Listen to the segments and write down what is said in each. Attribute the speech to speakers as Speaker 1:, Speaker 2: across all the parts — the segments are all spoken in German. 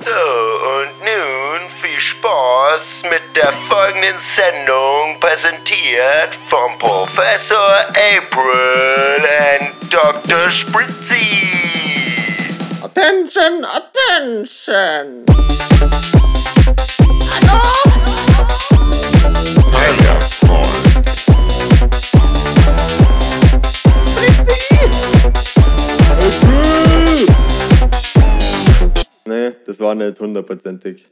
Speaker 1: So, und nun viel Spaß mit der folgenden Sendung, präsentiert vom Professor April und Dr. Spritzi.
Speaker 2: Attention, attention! Nee, das war nicht hundertprozentig.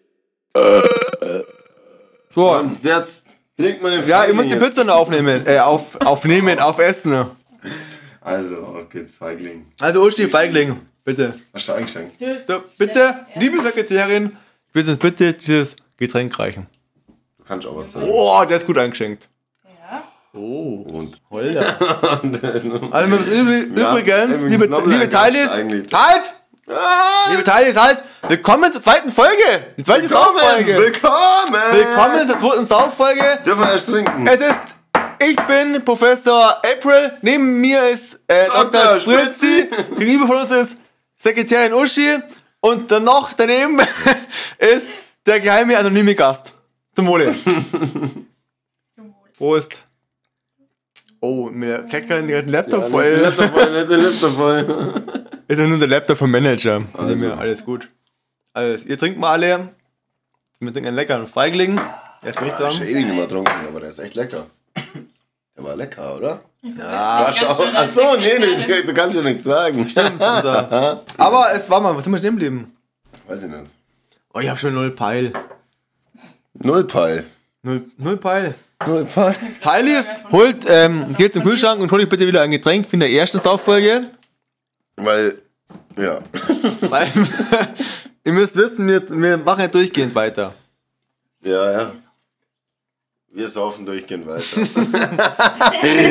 Speaker 3: So,
Speaker 4: Jetzt trinkt man den
Speaker 3: ja,
Speaker 4: Feigen
Speaker 3: ihr müsst die
Speaker 4: jetzt.
Speaker 3: Pizza noch aufnehmen, äh, auf, aufnehmen, aufessen.
Speaker 4: Also, auf geht's, Feigling.
Speaker 3: Also Uschi, Feigling, bitte.
Speaker 4: Hast du eingeschenkt?
Speaker 3: Da, bitte, liebe Sekretärin, willst du uns bitte dieses Getränk reichen?
Speaker 4: Du kannst auch was sagen.
Speaker 3: Oh, der ist gut eingeschenkt.
Speaker 4: Und
Speaker 3: Holder. Oh. Also, wir müssen übri-
Speaker 4: Ja,
Speaker 3: übrigens,
Speaker 4: übrigens
Speaker 3: liebe,
Speaker 4: Nobler
Speaker 3: liebe Teilis,
Speaker 4: Gast eigentlich.
Speaker 3: halt!
Speaker 4: Ah,
Speaker 3: Liebe Teilis, halt! Willkommen zur zweiten Folge! Die zweite Sauffolge!
Speaker 4: Willkommen!
Speaker 3: Willkommen zur zweiten Sauffolge!
Speaker 4: Dürfen wir erst trinken?
Speaker 3: Es ist, ich bin Professor April, neben mir ist äh, Dr.
Speaker 4: Dr.
Speaker 3: Spritzi, gegenüber von uns ist Sekretärin Uschi und dann noch daneben ist der geheime anonyme Gast. Zum Wohle. Prost. Oh, mir kleckern den Laptop voll.
Speaker 4: Nicht der Fall, nicht der Laptop voll.
Speaker 3: Ist ja nur der Laptop vom Manager. Also. Mir alles gut. Alles, ihr trinkt mal alle. Wir trinken einen leckeren Feigling. Jetzt bin ich
Speaker 4: Ich hab
Speaker 3: dran.
Speaker 4: ewig nicht mehr getrunken, aber der ist echt lecker. Der war lecker, oder?
Speaker 3: Ja,
Speaker 4: Ach, schau. Ach so, nee, nee, du kannst ja nichts sagen.
Speaker 3: Ah, unser- Aber es war mal, was sind wir stehen geblieben?
Speaker 4: Weiß ich nicht.
Speaker 3: Oh, ich hab schon null Peil.
Speaker 4: Null Peil.
Speaker 3: Null, null Peil.
Speaker 4: Null Peil.
Speaker 3: Peilis, holt, ähm, geht zum Kühlschrank und holt euch bitte wieder ein Getränk für in der ersten Sauffolge.
Speaker 4: Weil, ja.
Speaker 3: Weil, ihr müsst wissen, wir, wir machen ja durchgehend weiter.
Speaker 4: Ja, ja. Wir saufen durchgehend weiter.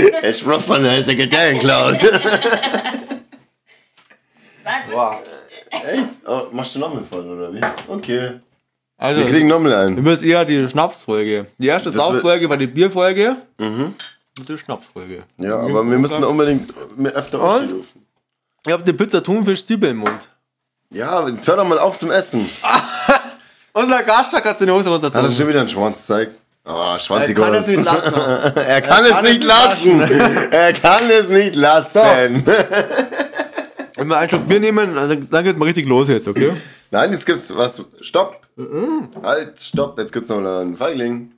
Speaker 4: Jetzt spricht man, der ist der Gitarrenclown.
Speaker 3: Wow.
Speaker 4: Echt? Oh, machst du nochmal voll, oder wie? Okay.
Speaker 3: Also,
Speaker 4: Wir
Speaker 3: ihr
Speaker 4: kriegen nochmal einen.
Speaker 3: müsst eher die Schnapsfolge. Die erste
Speaker 4: Das wird-
Speaker 3: Sauffolge war die Bierfolge. Mhm. Und die Schnapsfolge.
Speaker 4: Ja, aber wir müssen unbedingt mehr öfter
Speaker 3: Und?
Speaker 4: rufen.
Speaker 3: Ihr habt den Pizza Thunfisch Zwiebel im Mund.
Speaker 4: Ja, aber jetzt hör doch mal auf zum Essen.
Speaker 3: Unser Gasttag hat seine Hose
Speaker 4: Hat er
Speaker 3: runtergezogen.
Speaker 4: schon wieder einen Schwanz gezeigt? Ah,
Speaker 3: Er
Speaker 4: Schwanzig
Speaker 3: Äh, kann
Speaker 4: oder?
Speaker 3: das nicht lassen.
Speaker 4: Er kann es nicht lassen. Er kann es nicht lassen.
Speaker 3: Wenn wir einen Schluck Bier nehmen, dann dann geht's mal richtig los jetzt, okay?
Speaker 4: Nein, jetzt gibt's was. Stopp. Halt, stopp. Jetzt gibt's noch einen Feigling.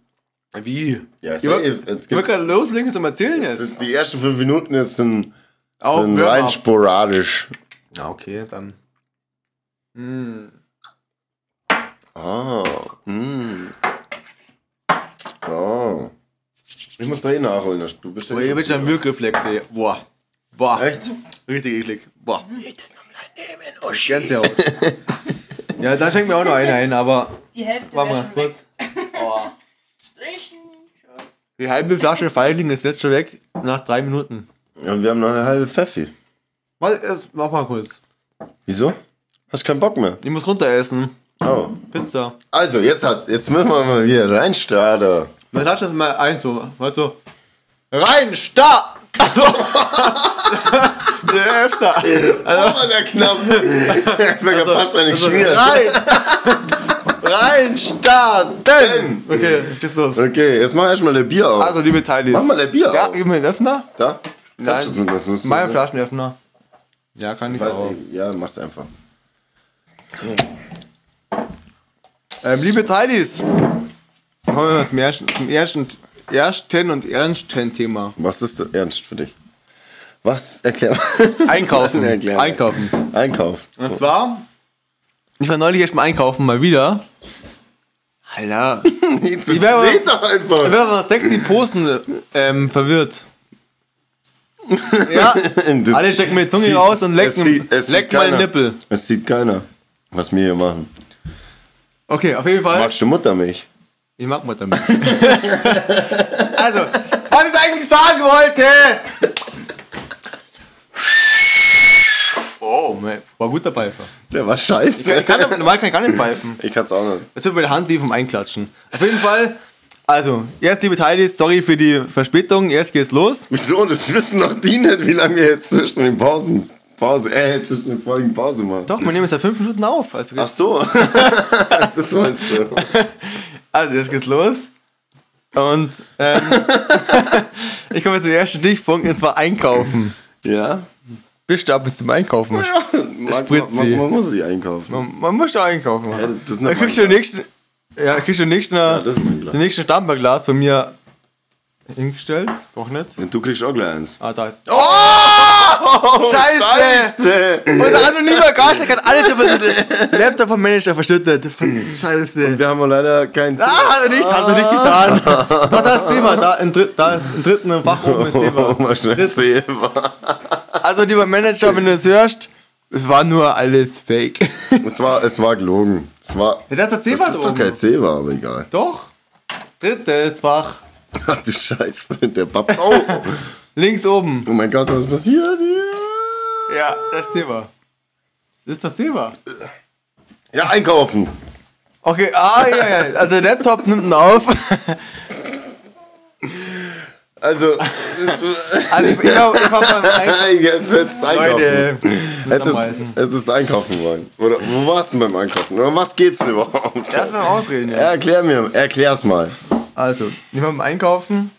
Speaker 3: Wie?
Speaker 4: Ja,
Speaker 3: Ich
Speaker 4: safe. Jetzt
Speaker 3: wollte
Speaker 4: gibt's
Speaker 3: gerade loslegen zum Erzählen jetzt.
Speaker 4: Das ist- Die ersten fünf Minuten ist ein,
Speaker 3: Auf
Speaker 4: ein
Speaker 3: Wärme
Speaker 4: rein
Speaker 3: ab.
Speaker 4: sporadisch.
Speaker 3: Ja, okay, dann.
Speaker 4: Ah. Mm. Ah. Ich muss da eh nachholen. das- Du bist ja
Speaker 3: Boah, hier wird schon ein Würgreflex, ey. Boah. Boah.
Speaker 4: Echt?
Speaker 3: Richtig eklig. Boah. Gänsehaut. ja, da schenkt mir auch noch einer ein, aber.
Speaker 5: Die Hälfte
Speaker 3: Warte mal
Speaker 5: wäre
Speaker 3: ganz
Speaker 5: schon weg.
Speaker 3: kurz. Oh.
Speaker 5: Zwischenschuss.
Speaker 3: Die halbe Flasche Feigling ist jetzt schon weg, nach drei Minuten.
Speaker 4: Und wir haben noch eine halbe Pfeffi.
Speaker 3: Warte, erst, mach mal kurz.
Speaker 4: Wieso? Hast keinen Bock mehr?
Speaker 3: Ich muss runter essen.
Speaker 4: Oh.
Speaker 3: Pizza.
Speaker 4: Also, jetzt hat, jetzt müssen wir mal wieder reinstarten.
Speaker 3: Man hat das mal ein so. Warte so. Rein, starr! Also. Der Öfter.
Speaker 4: Oh, Mann, der Knapp. Vielleicht passt eine
Speaker 3: Also,
Speaker 4: Schmier.
Speaker 3: rein! rein, starten! Okay, jetzt geht's los.
Speaker 4: Okay, jetzt mach erstmal der Bier auf.
Speaker 3: Also, liebe Teilis.
Speaker 4: mach mal der Bier
Speaker 3: Ja,
Speaker 4: auf.
Speaker 3: gib mir den Öffner.
Speaker 4: Da?
Speaker 3: Nein.
Speaker 4: Kannst du's mit- das musst du-
Speaker 3: Mein Flaschenöffner. Ja, kann ich auch.
Speaker 4: Ja, mach's einfach.
Speaker 3: Ähm, liebe Teilis, kommen wir mal zum ersten, zum ersten, ersten und ernsten Thema.
Speaker 4: Was ist so ernst für dich? Was? Erklär
Speaker 3: Einkaufen.
Speaker 4: Erklär.
Speaker 3: Einkaufen.
Speaker 4: Einkauf.
Speaker 3: Und zwar, ich war neulich erst mal einkaufen, mal wieder. Alter,
Speaker 4: Ich
Speaker 3: wär-
Speaker 4: red doch
Speaker 3: ich
Speaker 4: einfach.
Speaker 3: werde aber sexy Posten ähm, verwirrt. Ja,
Speaker 4: Das
Speaker 3: alle stecken mir die Zunge
Speaker 4: sieht-
Speaker 3: raus und lecken,
Speaker 4: es sieht- es sieht
Speaker 3: lecken meinen
Speaker 4: keiner.
Speaker 3: Nippel.
Speaker 4: Es sieht keiner, was wir hier machen.
Speaker 3: Okay, auf jeden Fall.
Speaker 4: Magst du Muttermilch?
Speaker 3: Ich mag mal damit. also, was ich eigentlich sagen wollte! Oh, man, war guter Pfeifer.
Speaker 4: Der war
Speaker 3: Ich kann,
Speaker 4: scheiße.
Speaker 3: ich kann, normal kann ich gar nicht pfeifen.
Speaker 4: Ich kann's auch nicht.
Speaker 3: Das wird mit der Hand wie vom Einklatschen. Auf jeden Fall, also, erst liebe Teilis, sorry für die Verspätung, erst geht's los.
Speaker 4: Wieso? Das wissen doch die nicht, wie lange wir jetzt zwischen den Pausen Pause. Äh, zwischen den Folgen Pause machen.
Speaker 3: Doch, wir nehmen es seit fünf Minuten auf. Also,
Speaker 4: Ach so. das meinst du.
Speaker 3: also jetzt geht's los. Und ähm, ich komme jetzt zum ersten Stichpunkt, und zwar Einkaufen.
Speaker 4: Ja.
Speaker 3: Wir starten zum Einkaufen.
Speaker 4: Man,
Speaker 3: Spritzi.
Speaker 4: man, man muss sie einkaufen.
Speaker 3: Man, man muss ja einkaufen.
Speaker 4: Ja,
Speaker 3: machen.
Speaker 4: das ist
Speaker 3: Dann
Speaker 4: nicht
Speaker 3: kriegst du
Speaker 4: mein
Speaker 3: den nächsten, ja, kriegst du den nächsten,
Speaker 4: Ja, das ist mein Glas.
Speaker 3: den nächsten Stammbergglas von mir hingestellt. Doch nicht.
Speaker 4: Und du kriegst auch gleich eins.
Speaker 3: Ah, da ist. Oh! Scheiße! Unser anonymer Garstein hat alles überschüttet. Laptop vom Manager verschüttet. Scheiße.
Speaker 4: Wir haben ja leider keinen Ziel.
Speaker 3: Ah, hat er nicht, hat er nicht getan. Doch, da ist Thema, da im, dritt, da ist, im dritten Fach oben ist Thema.
Speaker 4: mal schnell Silber.
Speaker 3: Also, lieber Manager, wenn du es hörst, es war nur alles fake.
Speaker 4: Es war, es war gelogen. Es war,
Speaker 3: Ja, das ist das Silber
Speaker 4: ist doch
Speaker 3: oben.
Speaker 4: kein Silber, aber egal.
Speaker 3: Doch. Drittes Fach.
Speaker 4: Ach du Scheiße, der Papa. Oh,
Speaker 3: Links oben.
Speaker 4: oh mein Gott, was ist passiert?
Speaker 3: Ja, das Thema. Das ist das Thema.
Speaker 4: Ja, einkaufen.
Speaker 3: Okay, ah, ja, ja. Also, der Laptop nimmt ihn auf.
Speaker 4: Also, es,
Speaker 3: Also, ich, ich, hab- ich hab beim Einkaufen.
Speaker 4: jetzt, jetzt einkaufen.
Speaker 3: Leute,
Speaker 4: Hättest,
Speaker 3: Abreißen.
Speaker 4: hättest einkaufen wollen. Oder wo warst du denn beim Einkaufen? Oder um was geht's denn überhaupt?
Speaker 3: lass mal ausreden jetzt.
Speaker 4: Erklär mir, erklär's mal.
Speaker 3: Also, nehmen wir beim Einkaufen.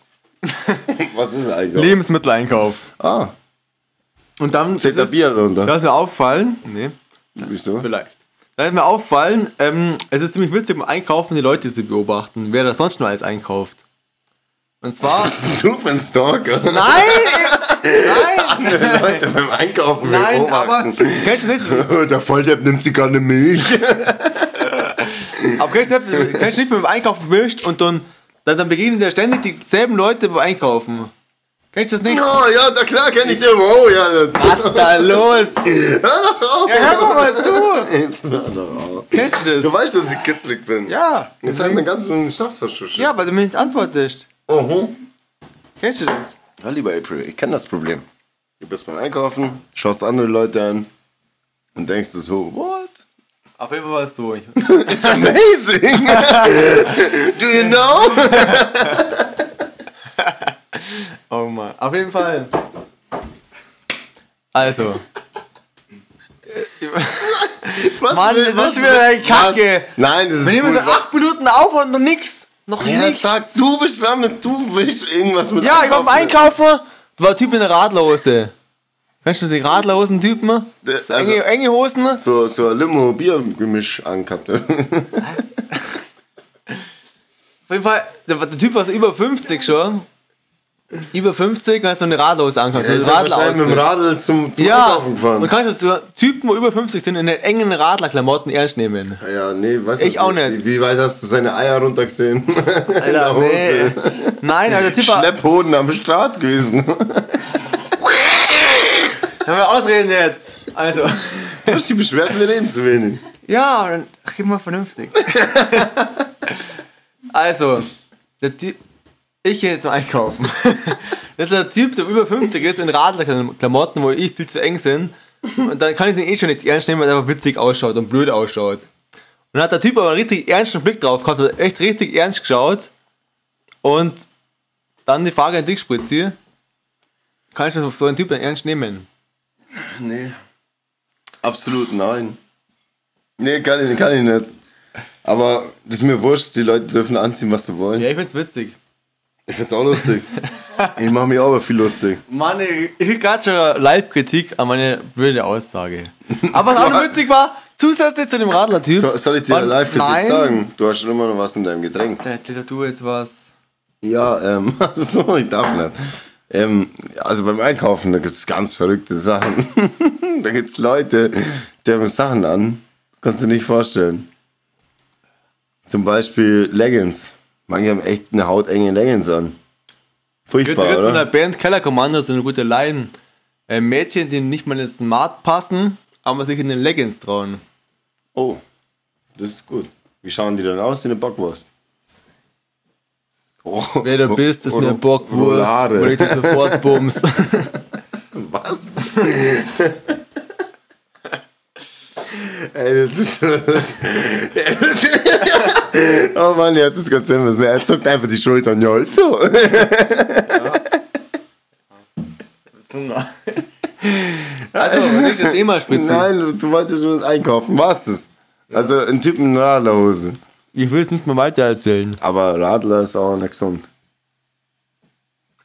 Speaker 4: Was ist Einkaufen?
Speaker 3: Lebensmitteleinkauf.
Speaker 4: ah,
Speaker 3: Und dann
Speaker 4: zählt da
Speaker 3: ist-
Speaker 4: Bier
Speaker 3: Da
Speaker 4: drunter.
Speaker 3: ist mir aufgefallen, nee,
Speaker 4: Wieso?
Speaker 3: vielleicht. Da ist mir aufgefallen, ähm, es ist ziemlich witzig, beim Einkaufen die Leute zu beobachten, wer da sonst noch alles einkauft. Und zwar.
Speaker 4: Was bist denn du für ein Stalker?
Speaker 3: nein! Nein!
Speaker 4: Leute beim Einkaufen
Speaker 3: Nein, aber.
Speaker 4: beobachten.
Speaker 3: Kennst du nicht,
Speaker 4: Der Volldepp nimmt sich gar eine Milch.
Speaker 3: aber kennst du nicht, kennst du nicht wenn du beim Einkaufen bist und dann, dann, dann begegnen dir ständig dieselben Leute beim Einkaufen. Kennst du das nicht?
Speaker 4: Oh ja, na klar kenn ich den. Oh ja, das.
Speaker 3: Da los!
Speaker 4: Hör doch auf.
Speaker 3: Ja, hör doch mal zu!
Speaker 4: Jetzt hör doch auf.
Speaker 3: Kennst du
Speaker 4: Du
Speaker 3: das?
Speaker 4: weißt, dass ich kitzlig bin.
Speaker 3: Ja!
Speaker 4: Jetzt habe ich meinen ganzen Schnaps verschüttet.
Speaker 3: Ja, weil du mir nicht antwortest.
Speaker 4: Mhm.
Speaker 3: Kennst du das?
Speaker 4: Ja, lieber April, ich kenn das Problem. Du bist beim Einkaufen, schaust andere Leute an und denkst dir so, what?
Speaker 3: Auf jeden Fall war es so. Ich,
Speaker 4: It's amazing! Do you know?
Speaker 3: Oh Mann, auf jeden Fall. Also.
Speaker 4: Was
Speaker 3: Mann,
Speaker 4: will-
Speaker 3: das ist schon wieder eine Kacke.
Speaker 4: Was? Nein, das ist
Speaker 3: Wir nehmen
Speaker 4: gut.
Speaker 3: jetzt 8 Minuten auf und noch nix. Noch
Speaker 4: Ja,
Speaker 3: nix.
Speaker 4: sag, du bist dran mit, du willst irgendwas mit
Speaker 3: Ja, ich war beim
Speaker 4: Einkaufen.
Speaker 3: Einkaufen. Da war ein Typ in der Radlerhose. Kennst du die Radlerhosen-Typen?
Speaker 4: Der-
Speaker 3: So
Speaker 4: also-
Speaker 3: enge, enge Hosen.
Speaker 4: So, so ein Limo-Bier-Gemisch angehabt.
Speaker 3: Auf jeden Fall, der, der Typ war so über 50 schon. Über 50 und hat so eine Radlerhose angehabt. So
Speaker 4: Er
Speaker 3: eine
Speaker 4: ist ja wahrscheinlich mit dem
Speaker 3: Radlerhose.
Speaker 4: Radl zum, zum
Speaker 3: Äh, Ja,
Speaker 4: Einkaufen
Speaker 3: man
Speaker 4: gefahren.
Speaker 3: kann das so Typen, die über 50 sind, in den engen Radlerklamotten ernst nehmen.
Speaker 4: Ja, nee, weiß
Speaker 3: Ich auch
Speaker 4: wie-
Speaker 3: nicht.
Speaker 4: Wie weit hast du seine Eier runtergesehen? In der Hose.
Speaker 3: nee. Nein, aber der Typ war...
Speaker 4: Schlepphoden am Start gewesen.
Speaker 3: Können wir ausreden jetzt? Also.
Speaker 4: Du hast die Beschwerden, wir reden zu wenig.
Speaker 3: Ja, dann gib mal vernünftig. also, der Typ. Ich gehe jetzt mal einkaufen. Das ist der Typ, der über 50 ist, in Radlerklamotten, wo ich viel zu eng sind. Und dann kann ich den eh schon nicht ernst nehmen, weil er einfach witzig ausschaut und blöd ausschaut. Und dann hat der Typ aber einen richtig ernsten Blick drauf gehabt, hat echt richtig ernst geschaut. Und dann die Frage an dich, Spritzi. Kann ich das so einen Typen ernst nehmen?
Speaker 4: Nee. Absolut nein. Nee, kann ich, kann ich nicht. Aber das ist mir wurscht, die Leute dürfen anziehen, was sie wollen.
Speaker 3: Ja, ich find's witzig.
Speaker 4: Ich find's auch lustig. ich mach mich auch über viel lustig.
Speaker 3: Mann, ich krieg gerade schon Live-Kritik an meine blöde Aussage. Aber was auch noch witzig war, zusätzlich zu dem Radler-Typ.
Speaker 4: So, soll ich dir
Speaker 3: Mann,
Speaker 4: live
Speaker 3: nein.
Speaker 4: jetzt sagen? Du hast schon immer noch was in deinem Getränk.
Speaker 3: Dann erzähl doch du jetzt was.
Speaker 4: Ja, ähm, also ich darf nicht. Ähm, also beim Einkaufen, da gibt's ganz verrückte Sachen. da gibt's Leute, die haben Sachen an. Das kannst du dir nicht vorstellen. Zum Beispiel Leggings. Manche haben echt eine hautenge Leggings an.
Speaker 3: Gibt
Speaker 4: Furchtbar,
Speaker 3: jetzt von der
Speaker 4: oder?
Speaker 3: Band Kellerkommando so eine gute Line. Äh, Mädchen, die nicht mal ins Smart passen, aber sich in den Leggings trauen.
Speaker 4: Oh, das ist gut. Wie schauen die dann aus? Wie eine Bockwurst. Oh,
Speaker 3: Wer du bist, ist mir
Speaker 4: Oder
Speaker 3: Bockwurst,
Speaker 4: Roulade.
Speaker 3: weil ich dich sofort bums.
Speaker 4: Was? Ey, das ist. das- oh Mann, jetzt ist ganz simpel. Er zuckt einfach die Schultern. Ja, ist so.
Speaker 3: Also, nicht das Thema spitze.
Speaker 4: Nein, du wolltest schon einkaufen. War's das? Also ein Typ in Radlerhose.
Speaker 3: Ich will es nicht mehr weiter erzählen.
Speaker 4: Aber Radler ist auch nicht gesund.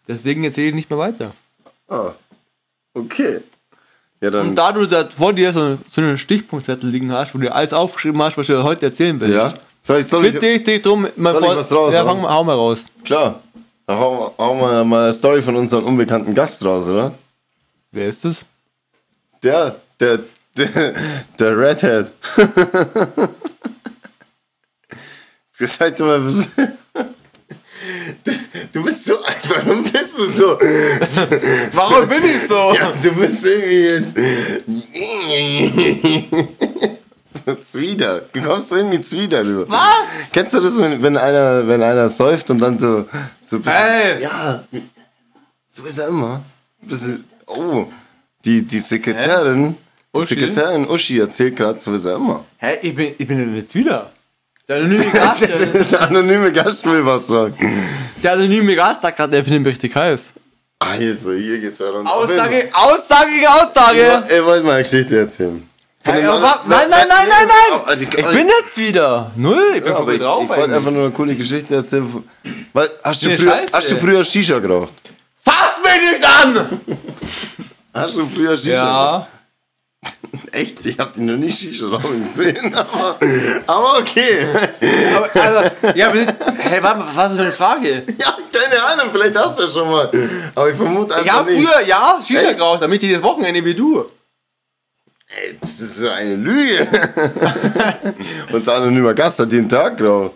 Speaker 3: Deswegen erzähle ich nicht mehr weiter.
Speaker 4: Ah, Okay. Ja, dann.
Speaker 3: Und da du da vor dir so, so einen Stichpunktzettel liegen hast, wo du dir alles aufgeschrieben hast, was du heute erzählen willst,
Speaker 4: ja? Soll ich, soll
Speaker 3: bitte
Speaker 4: ich,
Speaker 3: ich dich drum, mal
Speaker 4: soll ich was raus
Speaker 3: Ja,
Speaker 4: haben?
Speaker 3: fang, mal- hau mal raus.
Speaker 4: Klar. Da hauen wir- hauen wir mal eine Story von unserem unbekannten Gast raus, oder?
Speaker 3: Wer ist das?
Speaker 4: Der, der, der, der Redhead. Sag doch mal, was- Du- du bist so einfach, warum bist du so?
Speaker 3: Warum bin ich so?
Speaker 4: Ja, du bist irgendwie jetzt. so zwider. Du kommst irgendwie zwider rüber.
Speaker 3: Was?
Speaker 4: Kennst du das, wenn, wenn, einer, wenn einer säuft und dann so. so
Speaker 3: Hey!
Speaker 4: Ja, so ist er immer. Bisschen, oh, die, die Sekretärin. Die
Speaker 3: Uschi?
Speaker 4: Sekretärin Uschi erzählt gerade, so ist er immer.
Speaker 3: Hä, ich bin, ich bin jetzt wieder. Der anonyme Gast, der,
Speaker 4: Der anonyme Gast will was sagen.
Speaker 3: der anonyme Gast sagt gerade, der findet mich richtig heiß.
Speaker 4: Also, hier geht's ja runter.
Speaker 3: Aussage, Aussage,
Speaker 4: Ja,
Speaker 3: Aussage!
Speaker 4: Ich wollte mal eine Geschichte erzählen. Von
Speaker 3: Hey,
Speaker 4: dem
Speaker 3: aber wa-
Speaker 4: anderen-
Speaker 3: nein, nein, nein, nein, nein!
Speaker 4: Oh, die-
Speaker 3: Ich bin jetzt wieder. Null, ich bin
Speaker 4: Aber
Speaker 3: voll
Speaker 4: ich, ich
Speaker 3: drauf.
Speaker 4: wollte
Speaker 3: eigentlich.
Speaker 4: einfach nur eine coole Geschichte erzählen. von- Weil, hast, du
Speaker 3: Nee,
Speaker 4: früher,
Speaker 3: scheiße.
Speaker 4: hast du früher Shisha geraucht?
Speaker 3: Fass mich nicht an!
Speaker 4: Hast du früher Shisha geraucht?
Speaker 3: Ja,
Speaker 4: Echt? Ich hab dich noch nie Shisha rauchen gesehen. Aber, aber okay.
Speaker 3: aber, also, ja, bitte. Hey, warte mal, was ist meine Frage?
Speaker 4: Ja, keine Ahnung, vielleicht hast du ja schon mal. Aber ich vermute einfach
Speaker 3: Ich habe
Speaker 4: nicht.
Speaker 3: früher, ja, Shisha
Speaker 4: Echt?
Speaker 3: geraucht, damit ich das Wochenende wie du.
Speaker 4: Ey, Das ist so eine Lüge. Unser anonymer Gast hat jeden Tag geraucht.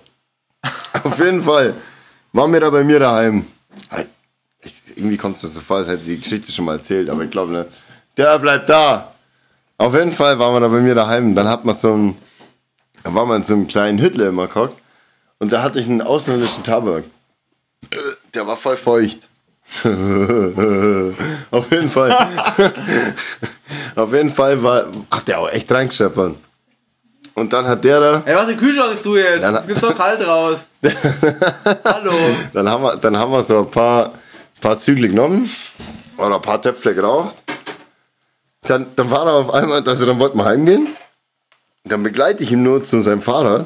Speaker 4: Auf jeden Fall. Waren wir da bei mir daheim. Hey, Ich, irgendwie kommt es mir so vor, als hätte ich die Geschichte schon mal erzählt, aber ich glaube nicht. Der bleibt da. Auf jeden Fall waren wir da bei mir daheim. Dann hat man so einen, da war man in so einem kleinen Hüttle immer gehockt. Und da hatte ich einen ausländischen Tabak. Der war voll feucht. Auf jeden Fall. Auf jeden Fall war. Ach, der auch echt reingescheppert. Und dann hat der da.
Speaker 3: Hey, was ist der Kühlschrank zu jetzt?
Speaker 4: na-
Speaker 3: Es ist doch kalt raus. Hallo.
Speaker 4: Dann haben wir, dann haben wir so ein paar, paar Zügel genommen. Oder ein paar Töpfle geraucht. Dann, dann war er auf einmal. Also, dann wollten wir heimgehen. Dann begleite ich ihn nur zu seinem Fahrrad.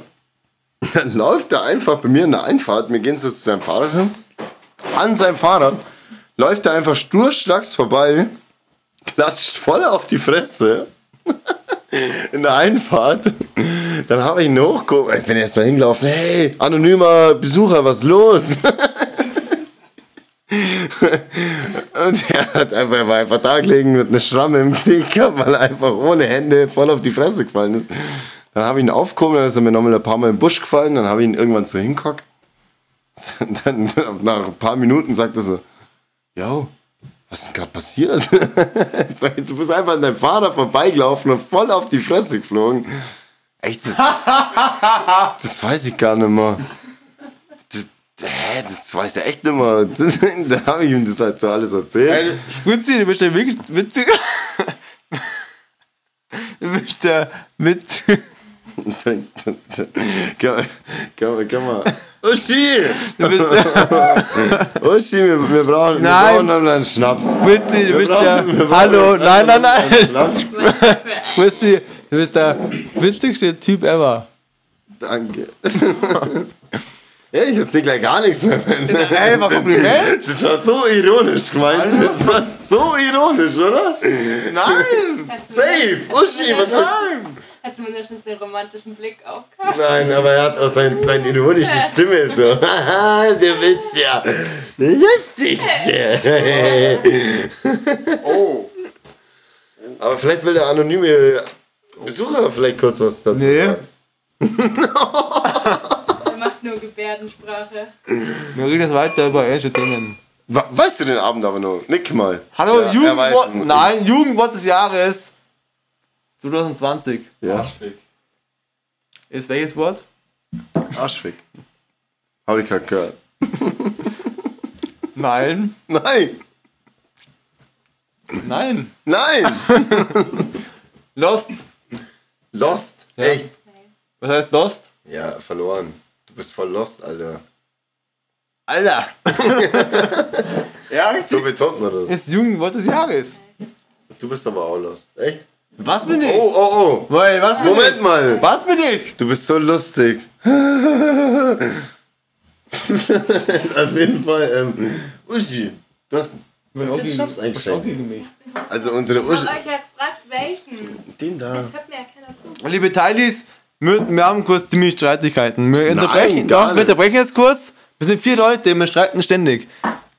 Speaker 4: Dann läuft er einfach bei mir in der Einfahrt. Wir gehen so zu seinem Fahrrad hin. An seinem Fahrrad läuft er einfach sturstracks vorbei. Klatscht voll auf die Fresse. in der Einfahrt. Dann habe ich ihn hochgeguckt. Ich bin erstmal hingelaufen. Hey, anonymer Besucher, was los? Und er hat einfach, er war einfach da gelegen mit einer Schramme im Gesicht, gehabt, weil er einfach ohne Hände voll auf die Fresse gefallen ist. Dann habe ich ihn aufgehoben, dann ist er mir nochmal ein paar Mal im Busch gefallen, dann habe ich ihn irgendwann so hingekockt. Dann nach ein paar Minuten sagt er so, yo, was ist denn gerade passiert? Ich sag, du bist einfach an deinem Vater vorbeigelaufen und voll auf die Fresse geflogen. Echt? Das, das weiß ich gar nicht mehr. Das, hä, das weiß er echt nicht mehr. Das, da habe ich ihm das halt so alles erzählt.
Speaker 3: Hey, Spritzi, du bist der wirklich witzig. Du bist der mit.
Speaker 4: Dann- dann- dann- Können wir, können wir. Uschi!
Speaker 3: Du bist der
Speaker 4: Uschi, wir, wir brauchen, wir
Speaker 3: Nein.
Speaker 4: brauchen noch einen Schnaps.
Speaker 3: Spritzi, du bist
Speaker 4: brauchen- wir
Speaker 3: der.
Speaker 4: brauchen-
Speaker 3: Hallo, nein, nein, nein.
Speaker 4: Schnaps?
Speaker 3: Spritzi, du bist der witzigste Typ ever.
Speaker 4: Danke. Ja, ich erzähl gleich gar nichts mehr.
Speaker 3: Ey, war Kompliment? Also.
Speaker 4: Das war so ironisch gemeint. Das war so ironisch, oder?
Speaker 3: Nein!
Speaker 4: Safe! Uschi, was ist
Speaker 5: Hat zumindest einen romantischen Blick auf Karl.
Speaker 4: Nein, aber er hat auch sein, seine ironische Stimme ist so. Haha, du bist ja der Lustigste. oh. Aber vielleicht will der anonyme Besucher vielleicht kurz was dazu
Speaker 3: Nee.
Speaker 4: sagen.
Speaker 5: Er macht nur Gebärdensprache.
Speaker 3: Wir reden jetzt weiter über ähnliche Themen.
Speaker 4: Wa- Weißt du den Abend aber noch? Nick mal.
Speaker 3: Hallo,
Speaker 4: Ja, er weiß es
Speaker 3: Jugendwort.
Speaker 4: nicht.
Speaker 3: Nein, Jugendwort des Jahres 2020.
Speaker 4: Ja.
Speaker 3: Ist welches Wort?
Speaker 4: Arschfick. Hab ich gerade gehört.
Speaker 3: Nein.
Speaker 4: Nein!
Speaker 3: Nein.
Speaker 4: Nein!
Speaker 3: Lost.
Speaker 4: Lost! Echt?
Speaker 3: Was heißt Lost?
Speaker 4: Ja, verloren. Du bist voll lost, Alter.
Speaker 3: Alter. ja,
Speaker 4: So betont man das.
Speaker 3: ist Jugendwort des Jahres.
Speaker 4: Du bist aber auch lost. Echt?
Speaker 3: Was bin ich?
Speaker 4: Oh, oh, oh.
Speaker 3: Weil, was bin
Speaker 4: Moment
Speaker 3: ich?
Speaker 4: mal.
Speaker 3: Was bin ich?
Speaker 4: Du bist so lustig. Auf jeden Fall, ähm, Uschi, du hast meinen Onkel Schnaps eingeschenkt. Also unsere
Speaker 5: Oh, Ich
Speaker 4: Uschi,
Speaker 5: hab euch ja gefragt, welchen.
Speaker 4: den da.
Speaker 5: Das hört mir ja keiner zu.
Speaker 3: Liebe Teilis, wir, wir haben kurz ziemlich Streitigkeiten. Wir unterbrechen,
Speaker 4: gar
Speaker 3: doch, wir
Speaker 4: nicht.
Speaker 3: unterbrechen jetzt kurz. Wir sind vier Leute, wir streiten ständig.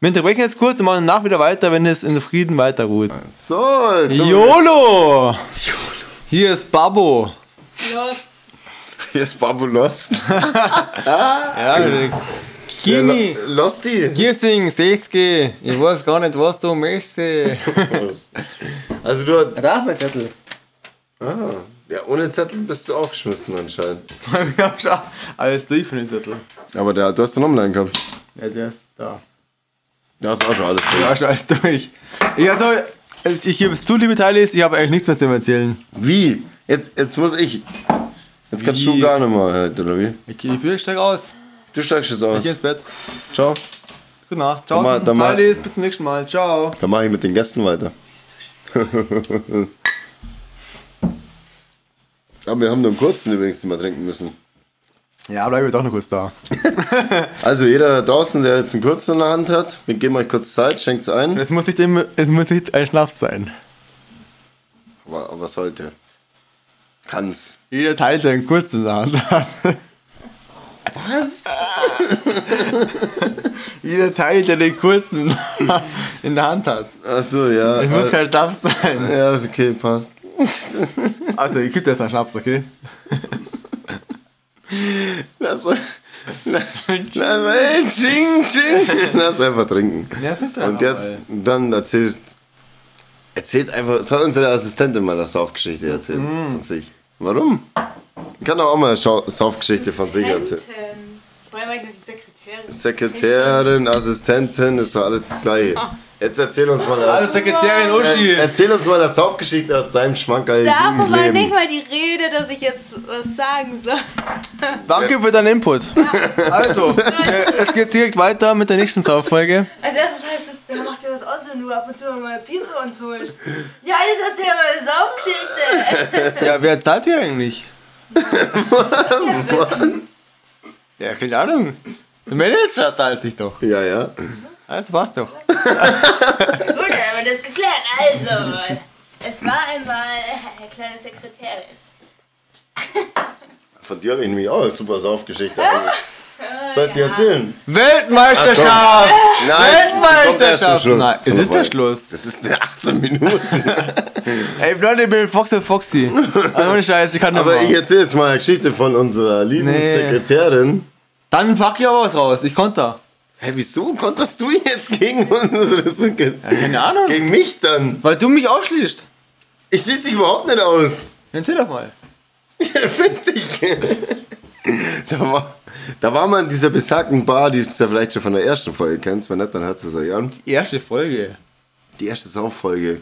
Speaker 3: Wir unterbrechen jetzt kurz und machen danach wieder weiter, wenn es in Frieden weiter ruht.
Speaker 4: So, jetzt sind wir-
Speaker 3: YOLO! Hier ist Babbo.
Speaker 5: Los.
Speaker 4: Hier ist Babu Lost.
Speaker 3: Ja, Kimi,
Speaker 4: Lo- Losti.
Speaker 3: Giersing, 60. Ich weiß gar nicht, was du möchtest.
Speaker 4: Also du hast, Ah,
Speaker 3: Da ist mein Zettel.
Speaker 4: ja, ohne Zettel bist du aufgeschmissen anscheinend.
Speaker 3: Wir haben schon alles durch von dem Zettel.
Speaker 4: Aber der, du hast den Online gehabt.
Speaker 3: Ja, der ist da.
Speaker 4: Da hast du auch schon alles drin.
Speaker 3: Ja, schon alles durch. Ich, also, also, ich gebe es zu, liebe Teilis, ich habe eigentlich nichts mehr zu erzählen.
Speaker 4: Wie? Jetzt, jetzt muss ich. Jetzt kannst
Speaker 3: Wie?
Speaker 4: du gar nicht mehr heute, oder wie?
Speaker 3: Ich, ich bin steig aus.
Speaker 4: Du steigst jetzt
Speaker 3: Ich
Speaker 4: aus.
Speaker 3: gehe ins Bett.
Speaker 4: Ciao.
Speaker 3: Gute Nacht. Ciao.
Speaker 4: Dann mal- dann mal-
Speaker 3: Teilis, bis zum nächsten Mal. Ciao.
Speaker 4: Dann mache ich mit den Gästen weiter. Aber wir haben nur einen kurzen übrigens, den wir trinken müssen.
Speaker 3: Ja, bleibe doch noch kurz da.
Speaker 4: Also jeder da draußen, der jetzt einen kurzen in der Hand hat, wir geben euch kurz Zeit, schenkt es ein.
Speaker 3: Es muss nicht, immer, es muss nicht ein Schnaps sein.
Speaker 4: Aber, aber sollte. Kann's.
Speaker 3: Jeder teilt einen kurzen in der Hand
Speaker 4: Was?
Speaker 3: Jeder Teil, der den kurzen in der Hand hat.
Speaker 4: Achso, ja. Äh,
Speaker 3: Es muss kein Schnaps sein.
Speaker 4: ja, ist okay, passt.
Speaker 3: Also, ich gebe dir jetzt einen Schnaps, okay?
Speaker 4: Lass, lass, lass, ey, ching, ching. lass einfach trinken.
Speaker 3: Ja, find doch
Speaker 4: Und jetzt,
Speaker 3: mal.
Speaker 4: dann erzählst. Erzählt einfach, soll unsere Assistentin mal eine Saufgeschichte erzählen
Speaker 3: Mm.
Speaker 4: von sich. Warum? Kann doch auch mal eine Schau- Saufgeschichte von sich erzählen.
Speaker 5: Assistentin. Vorher war ich noch die Sekretärin.
Speaker 4: Sekretärin, Assistentin, ist doch alles das Gleiche. Jetzt erzähl uns mal
Speaker 3: Also,
Speaker 4: das.
Speaker 3: Sekretärin Uschi.
Speaker 4: Erzähl uns mal eine Saufgeschichte aus deinem schmankerl
Speaker 5: Davon war nicht
Speaker 4: Leben.
Speaker 5: mal die Rede, dass ich jetzt was sagen soll.
Speaker 3: Danke für deinen Input. Also, äh, es geht direkt weiter mit der nächsten Sauffolge.
Speaker 5: Als erstes heißt es, wer macht dir was aus, wenn du ab und zu mal Bier für uns holst? Ja, jetzt erzähl mal eine Saufgeschichte.
Speaker 3: Ja, wer zahlt hier eigentlich? Ja, keine Ahnung. Der Manager zahlt dich doch.
Speaker 4: Ja, ja.
Speaker 3: Also passt doch.
Speaker 5: Äh, Gut, dann haben wir das geklärt. Also, es war einmal eine kleine Sekretärin.
Speaker 4: Von dir habe ich nämlich auch eine super Saufgeschichte. Also, sollt ihr erzählen?
Speaker 3: Weltmeisterschaft! Weltmeisterschaft! Nein,
Speaker 4: Nein,
Speaker 3: es ist der Schluss.
Speaker 4: Das ist der 18 Minuten.
Speaker 3: Ey, Leute, ich bin Foxy Foxy. Also ohne Scheiß, ich kann noch
Speaker 4: Aber
Speaker 3: mal.
Speaker 4: ich erzähle jetzt mal eine Geschichte von unserer lieben
Speaker 3: Nee.
Speaker 4: Sekretärin.
Speaker 3: Dann pack ich aber was raus. Ich konter.
Speaker 4: Hä, wieso konntest du jetzt gegen unsere Sekretärin?
Speaker 3: Keine Ahnung.
Speaker 4: Gegen mich dann?
Speaker 3: Weil du mich ausschließt.
Speaker 4: Ich schließe dich überhaupt nicht aus.
Speaker 3: Erzähl doch mal.
Speaker 4: Find dich. Da war, da war man in dieser besagten Bar, die du ja vielleicht schon von der ersten Folge kennst. Wenn nicht, dann hört es euch an.
Speaker 3: Die erste Folge.
Speaker 4: Die erste Sauffolge.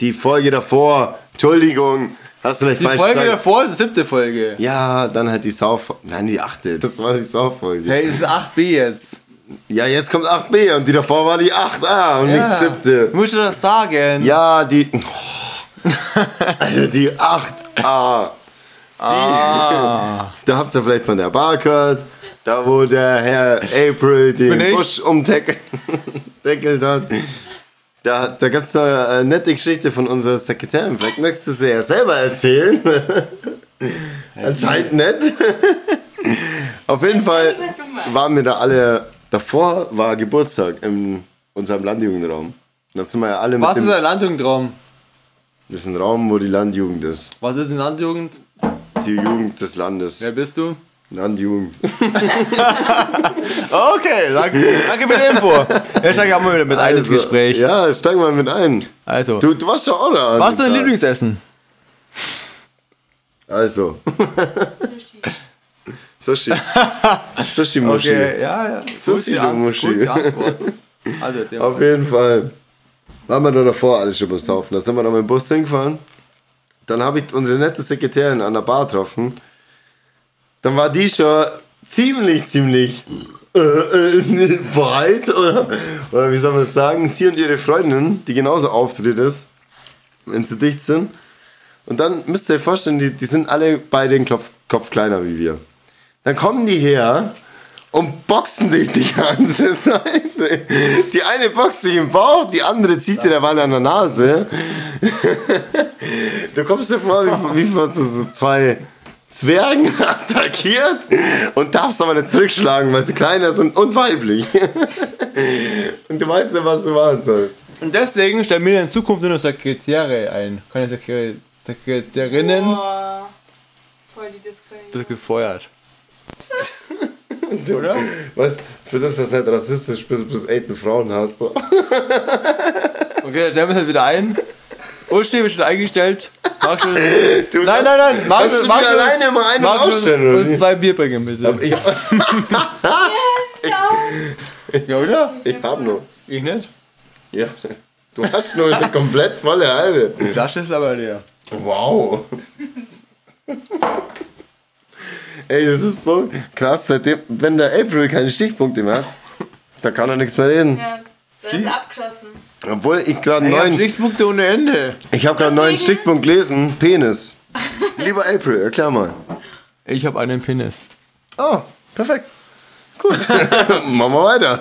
Speaker 4: Die Folge davor. Entschuldigung. Hast du nicht
Speaker 3: Die
Speaker 4: falsch
Speaker 3: Folge
Speaker 4: gesagt.
Speaker 3: davor ist die siebte Folge.
Speaker 4: Ja, dann halt die Sauf... Nein, die achte. Das war die Sauffolge.
Speaker 3: Hey, es ist 8b jetzt.
Speaker 4: Ja, jetzt kommt 8b und die davor war die 8a und nicht siebte.
Speaker 3: Musst du das sagen?
Speaker 4: Ja, die... oh. Also die 8a. Die,
Speaker 3: Ah.
Speaker 4: Da habt ihr vielleicht von der Bar gehört. Da wo der Herr April den
Speaker 3: Bin ich?
Speaker 4: Busch umdeckelt hat. Da, da gibt es noch eine nette Geschichte von unserer Sekretärin. Vielleicht möchtest du sie ja selber erzählen. Anscheinend nicht. Auf jeden Fall
Speaker 5: was du meinst.
Speaker 4: waren wir da alle. Davor war Geburtstag in unserem Landjugendraum. Da sind wir ja alle mit
Speaker 3: Was ist
Speaker 4: dem,
Speaker 3: ein Landjugendraum?
Speaker 4: das ist ein Raum, wo die Landjugend ist.
Speaker 3: Was ist eine Landjugend?
Speaker 4: Die Jugend des Landes.
Speaker 3: Wer bist du?
Speaker 4: Landjugend.
Speaker 3: Okay, danke, danke für die Info. Jetzt steige ich auch mal wieder mit ein ins
Speaker 4: Also,
Speaker 3: Gespräch.
Speaker 4: Ja, steig mal mit ein.
Speaker 3: Also,
Speaker 4: Du, du warst ja auch da.
Speaker 3: was ist dein
Speaker 4: Da.
Speaker 3: Lieblingsessen?
Speaker 4: Also. Sushi. Sushi Mushi.
Speaker 3: ja, ja.
Speaker 4: Sushi, du Muschi.
Speaker 3: Gute Antwort. Also, jetzt
Speaker 4: Auf jeden Fall. Waren wir da davor alle schon beim Saufen. Da sind wir noch mit dem Bus hingefahren. Dann habe ich unsere nette Sekretärin an der Bar getroffen. Dann war die schon ziemlich, ziemlich äh, äh, breit. Oder, oder wie soll man das sagen? Sie und ihre Freundin, die genauso auftritt ist, wenn sie dicht sind. Und dann müsst ihr euch vorstellen, die, die sind alle beide den Kopf, Kopf kleiner wie wir. Dann kommen die her und boxen dich die ganze Zeit. Die eine boxt dich im Bauch, die andere zieht dir derweil an der Nase. Du kommst dir vor, wie, wie von so, so zwei Zwergen attackiert und darfst aber nicht zurückschlagen, weil sie kleiner sind und weiblich. Und du weißt ja, was du machen sollst.
Speaker 3: Und deswegen stellen wir in Zukunft nur noch Sekretäre ein. Keine Sekre-
Speaker 6: Oh.
Speaker 3: Sekretärinnen.
Speaker 5: Boah, Oh, voll die Diskriminierung.
Speaker 3: Bist gefeuert.
Speaker 4: Du-
Speaker 3: Oder?
Speaker 4: Weißt für das, dass du nicht rassistisch bist, bis du Frauen hast. So.
Speaker 3: Okay, dann stellen wir es halt wieder ein. Uschi wird schon eingestellt. Mach schon.
Speaker 4: Du
Speaker 3: Nein, nein, nein. Mach
Speaker 4: Magst
Speaker 3: schon.
Speaker 4: du
Speaker 3: Mach
Speaker 4: mich
Speaker 3: schon.
Speaker 4: alleine mal ein- und
Speaker 3: Mach
Speaker 4: ausstellen, oder
Speaker 3: schon.
Speaker 4: wie?
Speaker 3: Und zwei Bier bringen, bitte.
Speaker 4: Ich,
Speaker 3: Ja, oder?
Speaker 4: ich hab nur.
Speaker 3: Ich nicht.
Speaker 4: Ja. Du hast nur eine komplett volle halbe.
Speaker 3: Die Flasche ist aber leer.
Speaker 4: Wow. Ey, das ist so krass, seitdem, wenn der April keine Stichpunkte mehr hat, da kann er nichts mehr reden.
Speaker 5: Ja, das ist abgeschossen.
Speaker 4: Obwohl ich gerade
Speaker 3: Ich hab
Speaker 4: neun,
Speaker 3: Stichpunkte ohne Ende.
Speaker 4: ich habe gerade neuen
Speaker 5: Deswegen-
Speaker 4: Stichpunkt gelesen, Penis. Lieber April, erklär mal.
Speaker 3: Ich habe einen Penis.
Speaker 4: Oh, perfekt. Gut, machen wir weiter.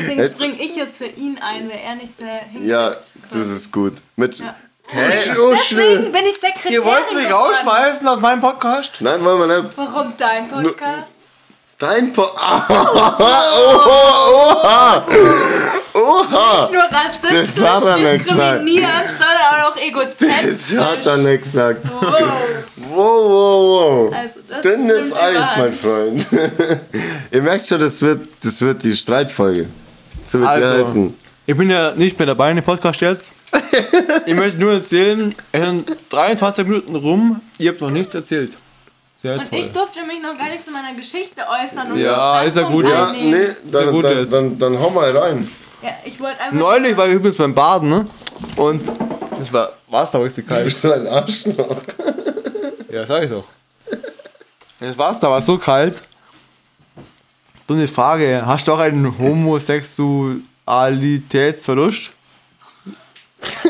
Speaker 5: Deswegen
Speaker 4: Jetzt-
Speaker 5: springe ich jetzt für ihn ein, weil er nichts mehr hinkriegt.
Speaker 4: Ja, das ist gut. Mit. Ja.
Speaker 5: Deswegen bin ich Sekretärin
Speaker 3: Ihr wollt mich
Speaker 5: geworden.
Speaker 3: rausschmeißen aus meinem Podcast?
Speaker 4: Nein, wollen wir nicht.
Speaker 5: Warum dein Podcast?
Speaker 4: Dein po ah,
Speaker 5: Nur rassistisch,
Speaker 4: Ah. Das hat er nicht gesagt.
Speaker 5: diskriminierend, sondern auch noch egozentrisch.
Speaker 4: Das hat er nicht gesagt.
Speaker 5: Wow.
Speaker 4: Wow, wow, wow.
Speaker 5: Also, das
Speaker 4: Dünnes
Speaker 5: nimmt
Speaker 4: Eis, mein
Speaker 5: überhand.
Speaker 4: Freund. Ihr merkt schon, das wird, das wird die Streitfolge. So wird die
Speaker 3: Also.
Speaker 4: heißen.
Speaker 3: Ich bin ja nicht mehr dabei in dem Podcast jetzt. ich möchte nur erzählen, es sind 23 Minuten rum, ihr habt noch nichts erzählt. Sehr
Speaker 5: Und
Speaker 3: toll.
Speaker 5: ich durfte mich noch gar nicht zu meiner Geschichte äußern. Und
Speaker 3: Ja,
Speaker 5: den
Speaker 3: ist ja
Speaker 5: Standpunkt
Speaker 3: gut.
Speaker 4: Ja,
Speaker 5: einnehmen.
Speaker 4: nee,
Speaker 3: Sehr
Speaker 4: dann,
Speaker 3: gut
Speaker 4: dann,
Speaker 3: jetzt.
Speaker 4: dann, dann hau mal rein.
Speaker 5: Ja, ich wollte einfach.
Speaker 3: Neulich war ich übrigens beim Baden, ne? Und das war war's da richtig
Speaker 4: Du
Speaker 3: kalt.
Speaker 4: bist so ein Arschloch.
Speaker 3: Ja, sag ich doch. Das war's da, war so kalt. So eine Frage, hast du auch einen Homosexualitätsverlust?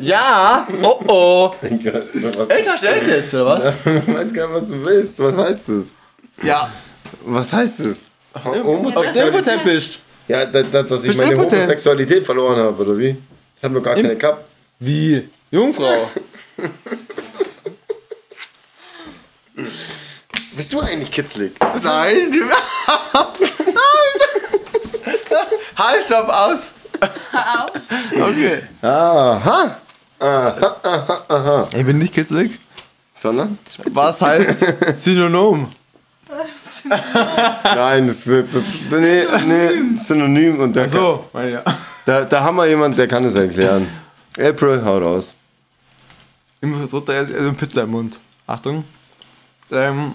Speaker 3: ja! Oh oh!
Speaker 4: Ich weiß nicht, was-
Speaker 3: Älter stellt jetzt, oder was?
Speaker 4: Ich weiß gar nicht, was du willst. Was heißt das?
Speaker 3: Ja.
Speaker 4: Was heißt das?
Speaker 3: Auf
Speaker 5: das ist-
Speaker 3: dem
Speaker 4: Homosexualität?
Speaker 3: Prozent bist
Speaker 4: Ja, da, da, dass ich
Speaker 3: Bist
Speaker 4: meine
Speaker 3: du impotent?
Speaker 4: Homosexualität verloren habe, oder wie? Ich habe noch gar keine gehabt.
Speaker 3: Wie? Jungfrau.
Speaker 4: Bist du eigentlich kitzlig?
Speaker 3: Nein! halt, stopp, aus!
Speaker 5: Auf.
Speaker 3: Okay.
Speaker 4: Aha.
Speaker 3: Ich bin nicht kitzelig.
Speaker 4: Sondern?
Speaker 3: Was heißt Synonym?
Speaker 4: Nein, das, das, das, nee, nee, Synonym und der
Speaker 3: So, meine ja.
Speaker 4: Da, da haben wir jemanden, der kann es erklären. April, hau raus.
Speaker 3: Ich muss jetzt runter, also eine Pizza im Mund. Achtung. Ähm,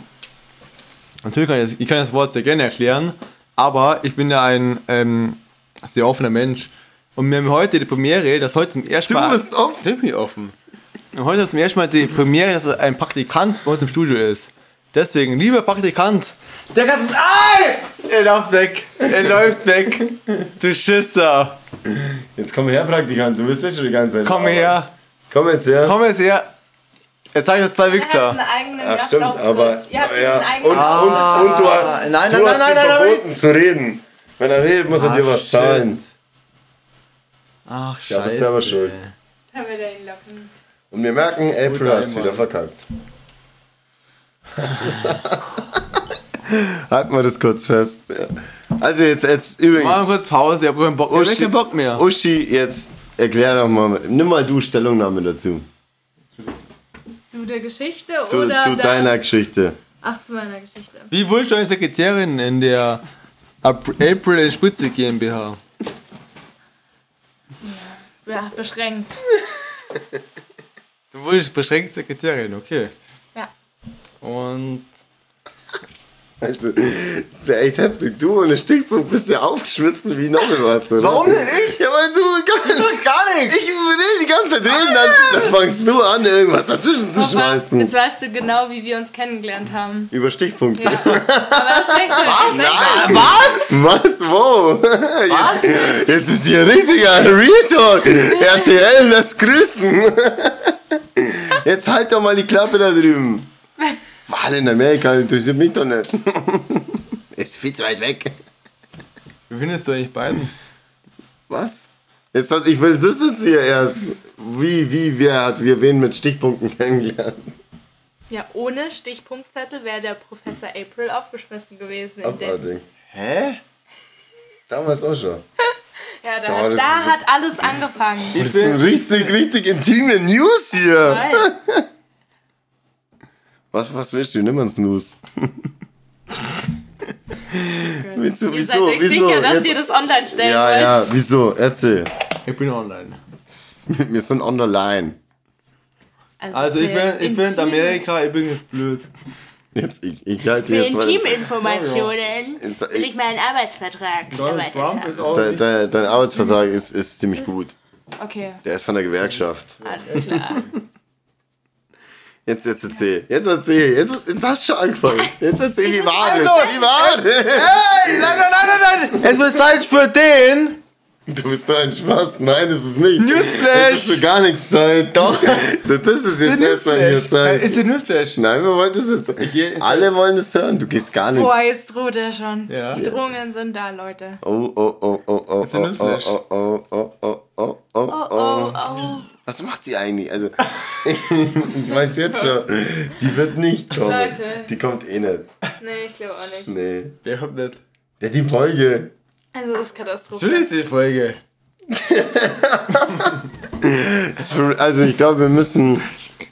Speaker 3: natürlich kann ich, das- ich kann das Wort sehr gerne erklären, aber ich bin ja ein ähm, sehr offener Mensch. Und wir haben heute die Premiere, dass heute zum ersten
Speaker 4: Du
Speaker 3: Mal...
Speaker 4: bist offen?
Speaker 3: Natürlich bin ich offen. Und heute zum ersten Mal die Premiere, dass ein Praktikant bei uns im Studio ist. Deswegen, lieber Praktikant, der kann... Ei! Er läuft weg. Er läuft weg. Du Schisser.
Speaker 4: Jetzt komm her, Praktikant, du bist ja schon die ganze Zeit.
Speaker 3: Komm her.
Speaker 4: Komm jetzt her.
Speaker 3: Komm jetzt her. Jetzt sag ich das zwei
Speaker 5: Ihr habt einen
Speaker 3: Wichser.
Speaker 5: eigenen
Speaker 4: Ach stimmt,
Speaker 5: Gastauftritt.
Speaker 4: aber
Speaker 5: Ihr habt
Speaker 4: ja.
Speaker 5: einen
Speaker 4: und, und,
Speaker 5: eigenen
Speaker 4: und du hast,
Speaker 3: Ah. nein, nein,
Speaker 4: du hast
Speaker 3: nein,
Speaker 4: ihm
Speaker 3: nein, nein,
Speaker 4: verboten zu reden. Wenn er redet, muss er
Speaker 3: Ah,
Speaker 4: dir was
Speaker 3: shit.
Speaker 4: zahlen.
Speaker 3: Ach, scheiße.
Speaker 4: Ja, bist selber schuld.
Speaker 5: Da will er ihn locken.
Speaker 4: Und wir merken, April
Speaker 3: Guter
Speaker 4: hat's wieder
Speaker 3: Einwand.
Speaker 4: verkackt. Halten wir das kurz fest. Ja. Also jetzt, jetzt
Speaker 3: Machen wir
Speaker 4: übrigens,
Speaker 3: kurz Pause, ich hab keinen Bock Oh, mehr. Ich hab keinen Bock mehr.
Speaker 4: Uschi, jetzt erklär doch mal, nimm mal du Stellungnahme dazu.
Speaker 5: Zu der Geschichte
Speaker 4: Zu,
Speaker 5: oder
Speaker 4: zu
Speaker 5: das-
Speaker 4: deiner Geschichte.
Speaker 5: Ach, zu meiner Geschichte.
Speaker 3: Wie wünscht eine Sekretärin in der Ap- April in Spritze GmbH?
Speaker 5: Ja, beschränkt.
Speaker 3: Du wurdest beschränkt Sekretärin, okay.
Speaker 5: Ja.
Speaker 3: Und
Speaker 4: Also, das ist ja echt heftig. Du ohne Stichpunkt bist ja aufgeschmissen wie noch was. Oder?
Speaker 3: Warum denn ich?
Speaker 4: Ja, weil du
Speaker 3: Gar nichts.
Speaker 4: Ich will die ganze Zeit reden, dann, dann fangst du an, irgendwas dazwischen zu schmeißen.
Speaker 6: Jetzt weißt du genau, wie wir uns kennengelernt haben.
Speaker 4: Über Stichpunkte.
Speaker 6: Ja. Aber das ist echt so. ne?
Speaker 3: Was?
Speaker 4: Was? Wow. Jetzt, jetzt ist hier richtiger Real Talk. RTL, das Grüßen. Jetzt halt doch mal die Klappe da drüben. Wahl in Amerika, das interessiert mich doch nicht. Ist viel zu weit weg.
Speaker 3: Wie findest du eigentlich beiden?
Speaker 4: Was? Jetzt hat, ich will das jetzt hier erst. Wie, wie, wer hat wir wen mit Stichpunkten kennengelernt?
Speaker 6: Ja, ohne Stichpunktzettel wäre der Professor April aufgeschmissen gewesen. In dem.
Speaker 4: Abartig.
Speaker 3: Hä?
Speaker 4: Damals auch schon.
Speaker 6: Ja, da,
Speaker 4: Doch,
Speaker 6: hat,
Speaker 4: das
Speaker 6: da
Speaker 4: ist-
Speaker 6: hat alles angefangen.
Speaker 4: Das sind richtig, richtig intime News hier.
Speaker 6: Weil,
Speaker 4: Was, was willst du? Nimm mal einen Snooze. wieso,
Speaker 6: ihr seid euch sicher, dass ihr das online stellen
Speaker 4: ja,
Speaker 6: wollt.
Speaker 4: ja, wieso? Erzähl.
Speaker 3: Ich bin online.
Speaker 4: Wir sind on the line.
Speaker 3: Also ich
Speaker 6: sehr
Speaker 3: bin, ich bin in
Speaker 6: intime-
Speaker 3: Amerika übrigens blöd.
Speaker 4: Jetzt, ich, ich halte jetzt mal.
Speaker 5: Intiminformationen.
Speaker 4: Ist-
Speaker 5: Will ich meinen Arbeitsvertrag
Speaker 3: Donald Trump
Speaker 5: erweitern?
Speaker 3: ist auch
Speaker 4: Dein,
Speaker 3: nicht
Speaker 4: dein, dein Arbeitsvertrag ist, ist ziemlich gut.
Speaker 6: Okay,
Speaker 4: Der ist von der Gewerkschaft.
Speaker 6: alles klar.
Speaker 4: Jetzt, jetzt erzähl. Jetzt erzähl. Jetzt, jetzt hast du schon angefangen. Jetzt erzähl, wie war das?
Speaker 3: Also,
Speaker 4: Wie war
Speaker 3: Hey, nein, nein, nein, nein, nein! Es wird Zeit für den
Speaker 4: das? Du bist doch ein Spaß. Nein, ist es nicht.
Speaker 3: Newsflash.
Speaker 4: Das ist für gar nichts Zeit. Doch. Das das ist jetzt erst mal hier
Speaker 3: Äh, Ist
Speaker 4: Zeit.
Speaker 3: der Newsflash?
Speaker 4: Nein, wir wollten es jetzt.
Speaker 3: geh- ich-
Speaker 4: Alle wollen es hören. Du gehst gar nichts.
Speaker 6: Boah, jetzt droht er schon.
Speaker 3: Ja.
Speaker 6: Die Drohungen sind da, Leute.
Speaker 4: Oh, oh, oh, oh, oh,
Speaker 3: ein
Speaker 4: oh,
Speaker 3: Newsflash.
Speaker 4: oh, oh, oh, oh, oh, oh,
Speaker 6: Oh, oh, oh.
Speaker 4: Was macht sie eigentlich? Also, ich weiß jetzt schon, die wird nicht kommen.
Speaker 6: Leute.
Speaker 4: Die kommt eh nicht.
Speaker 6: Nee, ich glaube auch nicht.
Speaker 4: Nee.
Speaker 3: Wer kommt nicht?
Speaker 4: Ja, die Folge.
Speaker 6: Also, das ist Katastrophe.
Speaker 3: Natürlich ist die Folge.
Speaker 4: Das wird- Also, ich glaube, wir müssen.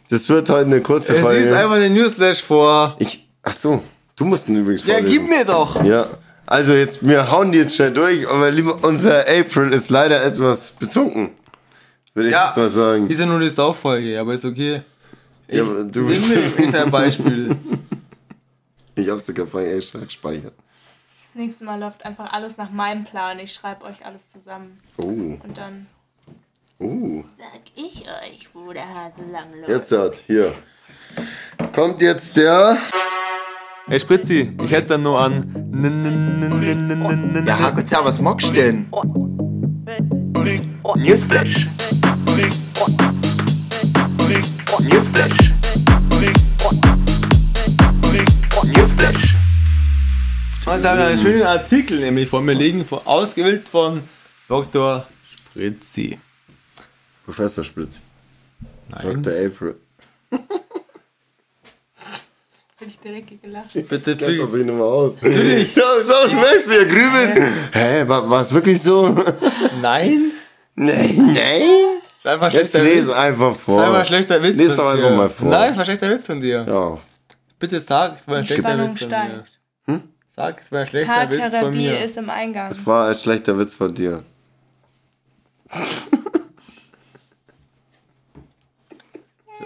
Speaker 4: Das wird heute eine kurze
Speaker 3: Es liest
Speaker 4: Folge.
Speaker 3: einfach den Newsflash vor.
Speaker 4: Ich, ach so, du musst ihn übrigens
Speaker 3: Ja,
Speaker 4: vorlesen.
Speaker 3: gib mir doch.
Speaker 4: Ja. Also, jetzt, wir hauen die jetzt schnell durch, aber lieber, unser April ist leider etwas betrunken. Würde ich
Speaker 3: Ja.
Speaker 4: jetzt mal sagen.
Speaker 3: Ist ja nur die Sauffolge, aber ist okay.
Speaker 4: Ja, aber du
Speaker 3: Nimm
Speaker 4: bist.
Speaker 3: mir ist ein Beispiel.
Speaker 4: Ich hab's sogar vorher extra gespeichert.
Speaker 6: Das nächste Mal läuft einfach alles nach meinem Plan. Ich schreibe euch alles zusammen.
Speaker 4: Oh,
Speaker 6: Und dann.
Speaker 4: oh.
Speaker 5: Sag ich euch, wo der Hase lang läuft.
Speaker 4: Jetzt hat, hier. Kommt jetzt der.
Speaker 3: Hey Spritzi, ich hätte dann nur an. N- n- n- n- n- n- n-
Speaker 7: Ja, Herrgott, ja, was magst du denn?
Speaker 1: Newsflash. Newsflash. Newsflash.
Speaker 3: Und sie haben einen schönen Artikel nämlich vor mir liegen, von, ausgewählt von Dr. Spritzi.
Speaker 4: Professor Spritz. Dr. April.
Speaker 6: Bin ich direkt gelacht.
Speaker 3: Bitte
Speaker 4: Kennt er
Speaker 3: füge.
Speaker 4: sich nicht mehr aus. Natürlich. Schau, schau, ich merk's hier, grübelt. Hä, war, war's wirklich so?
Speaker 3: Nein?
Speaker 4: Nein, nein.
Speaker 3: Ist einfach
Speaker 4: Jetzt
Speaker 3: schlechter Witz.
Speaker 4: lese einfach vor.
Speaker 3: Ist einfach ein schlechter Witz.
Speaker 4: Lies
Speaker 3: von
Speaker 4: doch
Speaker 3: dir.
Speaker 4: einfach mal vor.
Speaker 3: Nein, ist mal ein schlechter Witz von dir.
Speaker 4: Ja.
Speaker 3: Bitte sag, es war ein schlechter
Speaker 6: Spannung
Speaker 3: Witz von dir.
Speaker 6: steigt.
Speaker 3: Sag, es war ein schlechter Witz von
Speaker 6: Paartherapie
Speaker 3: mir.
Speaker 6: ist im Eingang.
Speaker 4: Das war ein schlechter Witz von dir.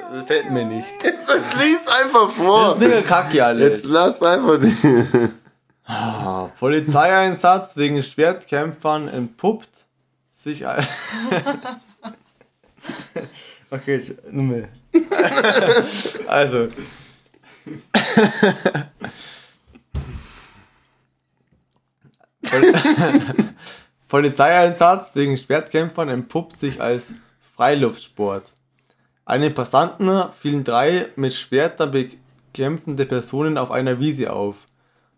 Speaker 3: Das hätten wir nicht.
Speaker 4: Jetzt lies einfach
Speaker 3: Das ist
Speaker 4: vor.
Speaker 3: mega kacke alles.
Speaker 4: Jetzt lass einfach die.
Speaker 3: Polizeieinsatz wegen Schwertkämpfern entpuppt sich al- Okay, ich- Nummer. also. Poli- Polizeieinsatz wegen Schwertkämpfern entpuppt sich als Freiluftsport. Einem Passanten fielen drei mit Schwertern bekämpfende Personen auf einer Wiese auf.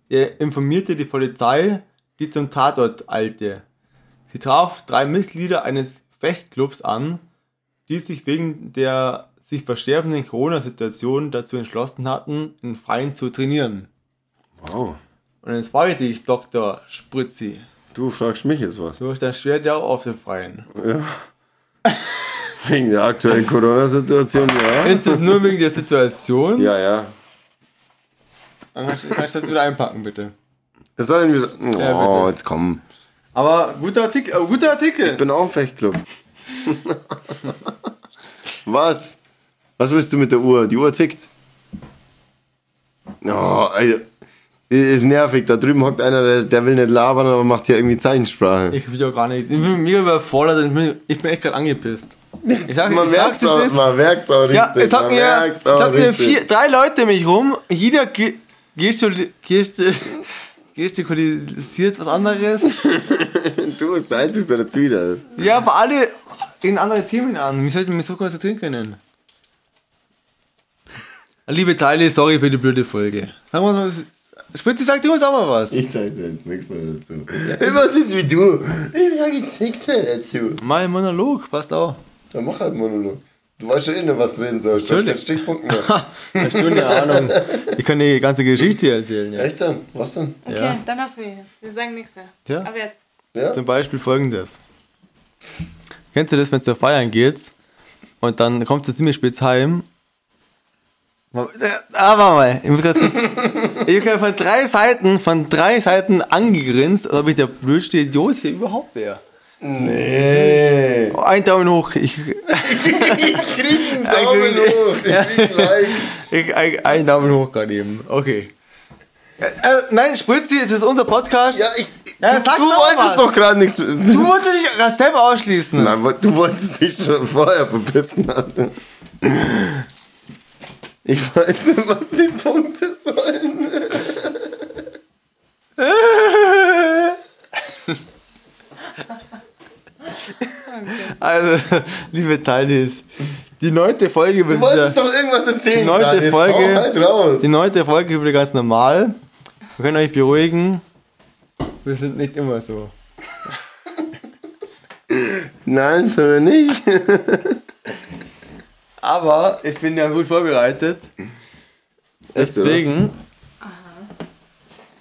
Speaker 3: Er informierte die Polizei, die zum Tatort eilte. Sie traf drei Mitglieder eines Fechtclubs an, die sich wegen der sich verschärfenden Corona-Situation dazu entschlossen hatten, in Freien zu trainieren.
Speaker 4: Wow.
Speaker 3: Und jetzt frage ich dich, Dr. Spritzi,
Speaker 4: Du fragst mich jetzt was.
Speaker 3: du hast dein Schwert ja auch auf dem Freien.
Speaker 4: Wegen der aktuellen Corona-Situation, ja.
Speaker 3: Ist das nur wegen der Situation?
Speaker 4: Ja, ja.
Speaker 3: Dann kannst du kannst du das wieder einpacken, bitte.
Speaker 4: Es soll wieder. Oh,
Speaker 3: Ja, bitte.
Speaker 4: jetzt komm.
Speaker 3: Aber guter Artikel, äh, guter
Speaker 4: Ich
Speaker 3: Artikel.
Speaker 4: bin auch im Fechtclub. Was? Was willst du mit der Uhr? Die Uhr tickt. Oh, Alter. Ist nervig, da drüben hockt einer, der, der will nicht labern, aber macht hier irgendwie Zeichensprache.
Speaker 3: Ich will auch gar nichts. Ich bin mega überfordert. Ich bin, ich bin echt gerade angepisst. Ich sag,
Speaker 4: Man
Speaker 3: ich sag's,
Speaker 4: merkt's
Speaker 3: es
Speaker 4: auch,
Speaker 3: ist.
Speaker 4: man merkt's auch richtig.
Speaker 3: Ja, es hat
Speaker 4: man
Speaker 3: mir,
Speaker 4: merkt's
Speaker 3: es hat mir
Speaker 4: richtig.
Speaker 3: vier, drei Leute um mich rum. Jeder ge- gestul- gesti- gestikulisiert was anderes.
Speaker 4: Du bist der Einzige, der dazu wieder ist.
Speaker 3: Ja, aber alle gehen andere Themen an. Wie sollte ich mich so konzentrieren können? Liebe Teile, sorry für die blöde Folge. Sagen wir mal, was- Spitze, sag du uns auch mal was.
Speaker 4: Ich sag dir jetzt nichts mehr dazu. Ich weiß jetzt wie du. Ich sag jetzt nichts mehr dazu.
Speaker 3: Mein Monolog, passt auch.
Speaker 4: Dann mach halt Monolog. Du weißt schon eh noch, was drin sollst. Du hast keinen
Speaker 3: Natürlich.
Speaker 4: Stichpunkt mehr.
Speaker 3: Hast du eine Ahnung? Ich kann die ganze Geschichte erzählen. Ja.
Speaker 4: Echt dann? Was denn?
Speaker 6: Okay,
Speaker 3: Ja.
Speaker 6: dann hast du ihn jetzt. Wir sagen nichts mehr.
Speaker 3: Ja.
Speaker 6: Aber jetzt.
Speaker 4: Ja?
Speaker 3: Zum Beispiel folgendes. Kennst du das, wenn du zu feiern gehst und dann kommst du ziemlich spät heim? Aber mal, ich bin grad- ich bin von drei Seiten, von drei Seiten angegrinst, als ob ich der blödste Idiot hier überhaupt wäre.
Speaker 4: Nee.
Speaker 3: Oh, Ein Daumen hoch, ich,
Speaker 4: Ich krieg einen Daumen hoch. Ich krieg gleich.
Speaker 3: ich ein, ein Daumen hoch gerade eben. Okay. Äh, äh, nein, Spritzi, es ist unser Podcast.
Speaker 4: Ja, ich.
Speaker 3: Ja,
Speaker 4: du
Speaker 3: sag
Speaker 4: du
Speaker 3: doch
Speaker 4: wolltest
Speaker 3: was.
Speaker 4: doch gerade nichts.
Speaker 3: Du wolltest dich gerade selber ausschließen.
Speaker 4: Nein, wo- du wolltest dich schon vorher verpissen lassen. Ich weiß nicht, was die Punkte sollen.
Speaker 3: Also, liebe Teilis, die neunte Folge wird wieder.
Speaker 4: Du wolltest doch irgendwas erzählen.
Speaker 3: Die neunte
Speaker 4: Daniel. Hau
Speaker 3: Folge.
Speaker 4: Halt raus.
Speaker 3: Die neunte Folge wird ganz normal. Wir können euch beruhigen. Wir sind nicht immer so.
Speaker 4: Nein, tun wir nicht.
Speaker 3: Aber ich bin ja gut vorbereitet. Deswegen.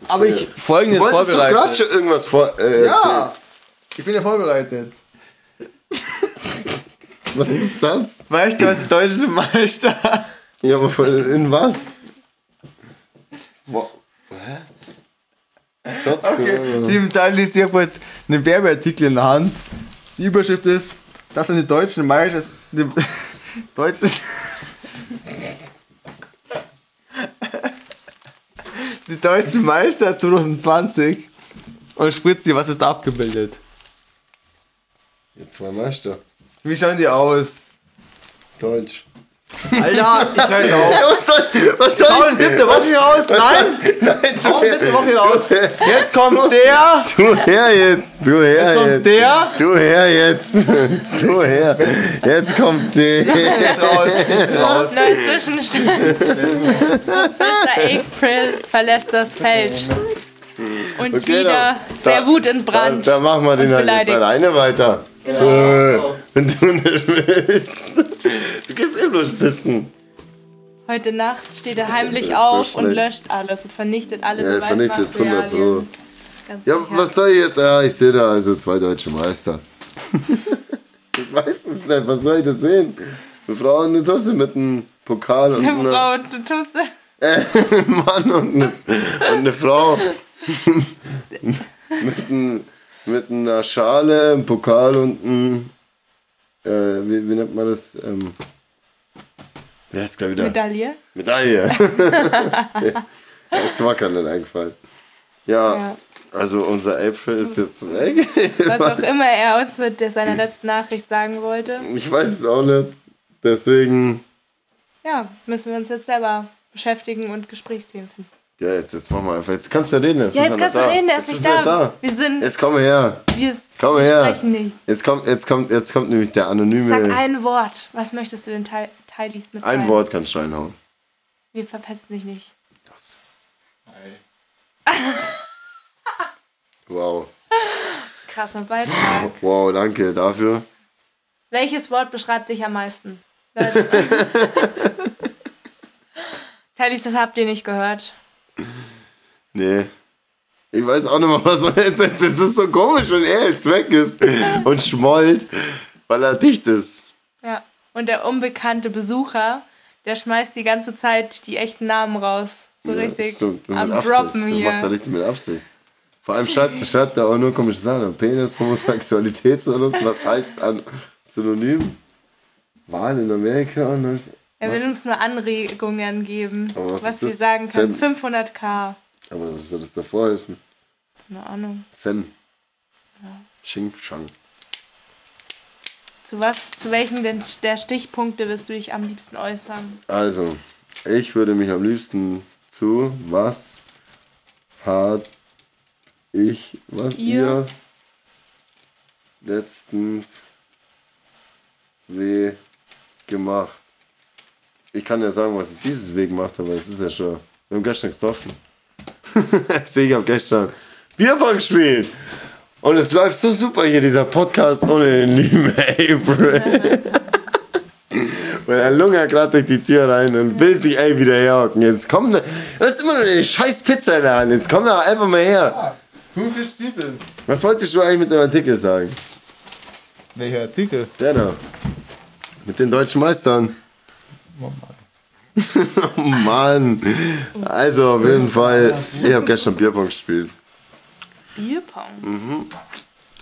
Speaker 3: Aber ich folgendes
Speaker 4: Du wolltest doch gerade
Speaker 3: vorbereitet.
Speaker 4: schon irgendwas vor. Äh,
Speaker 3: Ja! Ich bin ja vorbereitet.
Speaker 4: erzählen. Was ist das?
Speaker 3: Weißt du, was die deutsche Meister?
Speaker 4: Ja, aber voll in was? Wo- Hä? Trotz
Speaker 3: Okay.
Speaker 4: Corona.
Speaker 3: Lieben Teilis, ich habe heute einen Werbeartikel in der Hand. Die Überschrift ist, das sind die deutschen Meister. Die deutschen. die deutschen Meister 2020. Und Spritzi, was ist da abgebildet?
Speaker 4: Jetzt zwei Meister.
Speaker 3: Wie schauen die aus?
Speaker 4: Deutsch.
Speaker 3: Alter, ich höre jetzt auf.
Speaker 4: was soll, was soll
Speaker 3: Paul, nimm die Woche raus. Nein,
Speaker 4: Nein, du,
Speaker 3: Paul, nimm die Woche raus. Jetzt kommt der.
Speaker 4: du her jetzt, du her
Speaker 3: Jetzt kommt
Speaker 4: jetzt,
Speaker 3: der.
Speaker 4: du her jetzt, du her, jetzt kommt der.
Speaker 3: Jetzt raus. Jetzt raus.
Speaker 6: Neue Zwischenstand. Mr. April verlässt das Feld. Und
Speaker 4: Okay,
Speaker 6: wieder
Speaker 4: dann-
Speaker 6: sehr
Speaker 4: da-
Speaker 6: Wut in
Speaker 4: Da,
Speaker 6: Brand.
Speaker 4: da machen wir den halt jetzt
Speaker 6: beleidigt.
Speaker 4: alleine weiter. Äh, Wenn du nicht willst, du gehst eh bloß pissen.
Speaker 6: Heute Nacht steht er heimlich
Speaker 4: Das ist so
Speaker 6: auf und
Speaker 4: schlecht.
Speaker 6: löscht alles und vernichtet alle
Speaker 4: Ja, vernichtet jetzt 100 Pro.
Speaker 6: Beweismaterialien. Ganz
Speaker 4: Ja,
Speaker 6: sicher.
Speaker 4: was soll ich jetzt? Ja, ich sehe da also zwei deutsche Meister. ich weiß es nicht, was soll ich da sehen? Eine Frau und eine Tasse mit einem Pokal und
Speaker 6: Eine
Speaker 4: einer
Speaker 6: Frau und eine Tusse.
Speaker 4: Mann und eine, und eine Frau mit, ein, mit einer Schale, einem Pokal und einem, äh, wie, wie nennt man das? Ähm, wer ist gleich wieder?
Speaker 6: Medaille.
Speaker 4: Medaille. das war gerade nicht eingefallen. Ja,
Speaker 6: Ja. Mhm.
Speaker 4: also unser April ist jetzt weg.
Speaker 6: Was auch immer er uns mit der- seiner letzten Nachricht sagen wollte.
Speaker 4: Ich weiß es auch nicht. Deswegen,
Speaker 6: Ja, müssen wir uns jetzt selber beschäftigen und Gesprächsthemen finden.
Speaker 4: ja, jetzt, jetzt machen wir einfach. Jetzt kannst du reden. Jetzt
Speaker 6: Ja,
Speaker 4: ist
Speaker 6: jetzt
Speaker 4: er
Speaker 6: kannst du
Speaker 4: da.
Speaker 6: reden, der ist
Speaker 4: Jetzt
Speaker 6: nicht da.
Speaker 4: er da.
Speaker 6: Wir sind,
Speaker 4: Jetzt komm her.
Speaker 6: wir
Speaker 4: Komm her.
Speaker 6: sprechen nichts.
Speaker 4: Jetzt kommt, jetzt kommt, jetzt kommt nämlich der anonyme.
Speaker 6: Sag ein Wort. Was möchtest du den Teil- Teilis mitteilen?
Speaker 4: Ein Wort kannst du reinhauen.
Speaker 6: Wir verpetzen dich nicht.
Speaker 4: Wow.
Speaker 6: Krasser Beitrag.
Speaker 4: Wow, danke dafür.
Speaker 6: Welches Wort beschreibt dich am meisten? Leute. Teilis, das habt ihr nicht gehört.
Speaker 4: Nee. Ich weiß auch nicht mal, was man jetzt sagt. Das ist so komisch, wenn er jetzt weg ist und schmollt, weil er dicht ist.
Speaker 6: Ja. Und der unbekannte Besucher, der schmeißt die ganze Zeit die echten Namen raus. So richtig.
Speaker 4: Stimmt, das
Speaker 6: am
Speaker 4: mit Absicht.
Speaker 6: Droppen
Speaker 4: Das macht er
Speaker 6: hier.
Speaker 4: richtig mit Absicht. Vor allem schreibt, schreibt er auch nur komische Sachen. Penis, Homosexualitätsverlust, was heißt an Synonym? Wahl in Amerika und das.
Speaker 6: Er will uns nur Anregungen geben,
Speaker 4: Aber was
Speaker 6: was,
Speaker 4: ist
Speaker 6: wir
Speaker 4: das?
Speaker 6: sagen können.
Speaker 4: Zehn-
Speaker 6: 500k.
Speaker 4: Aber was soll das davor heißen?
Speaker 6: Keine Ahnung.
Speaker 4: Sen. Ching Chang.
Speaker 6: Zu was, zu welchen denn der Stichpunkte wirst du dich am liebsten äußern?
Speaker 4: Also, ich würde mich am liebsten zu was hat ich, was ihr,
Speaker 6: Ihr.
Speaker 4: letztens weh gemacht. Ich kann ja sagen, was ich dieses Weh gemacht habe, weil es ist ja schon. Wir haben gestern gesoffen. ich habe gestern Bierpong gespielt. Und es läuft so super hier, dieser Podcast ohne den lieben April. Weil er lungert gerade durch die Tür rein und will sich ey wieder herhocken. Jetzt kommt ne, du hast immer noch eine scheiß Pizza in der Hand. Jetzt komm doch einfach mal her.
Speaker 3: Thunfisch Zwiebeln.
Speaker 4: Was wolltest du eigentlich mit dem Artikel sagen?
Speaker 3: Welcher Artikel?
Speaker 4: Der da. Mit den deutschen Meistern. Oh Mann. Also auf jeden Fall. Ich habe gestern Bierpong gespielt.
Speaker 6: Bierpong.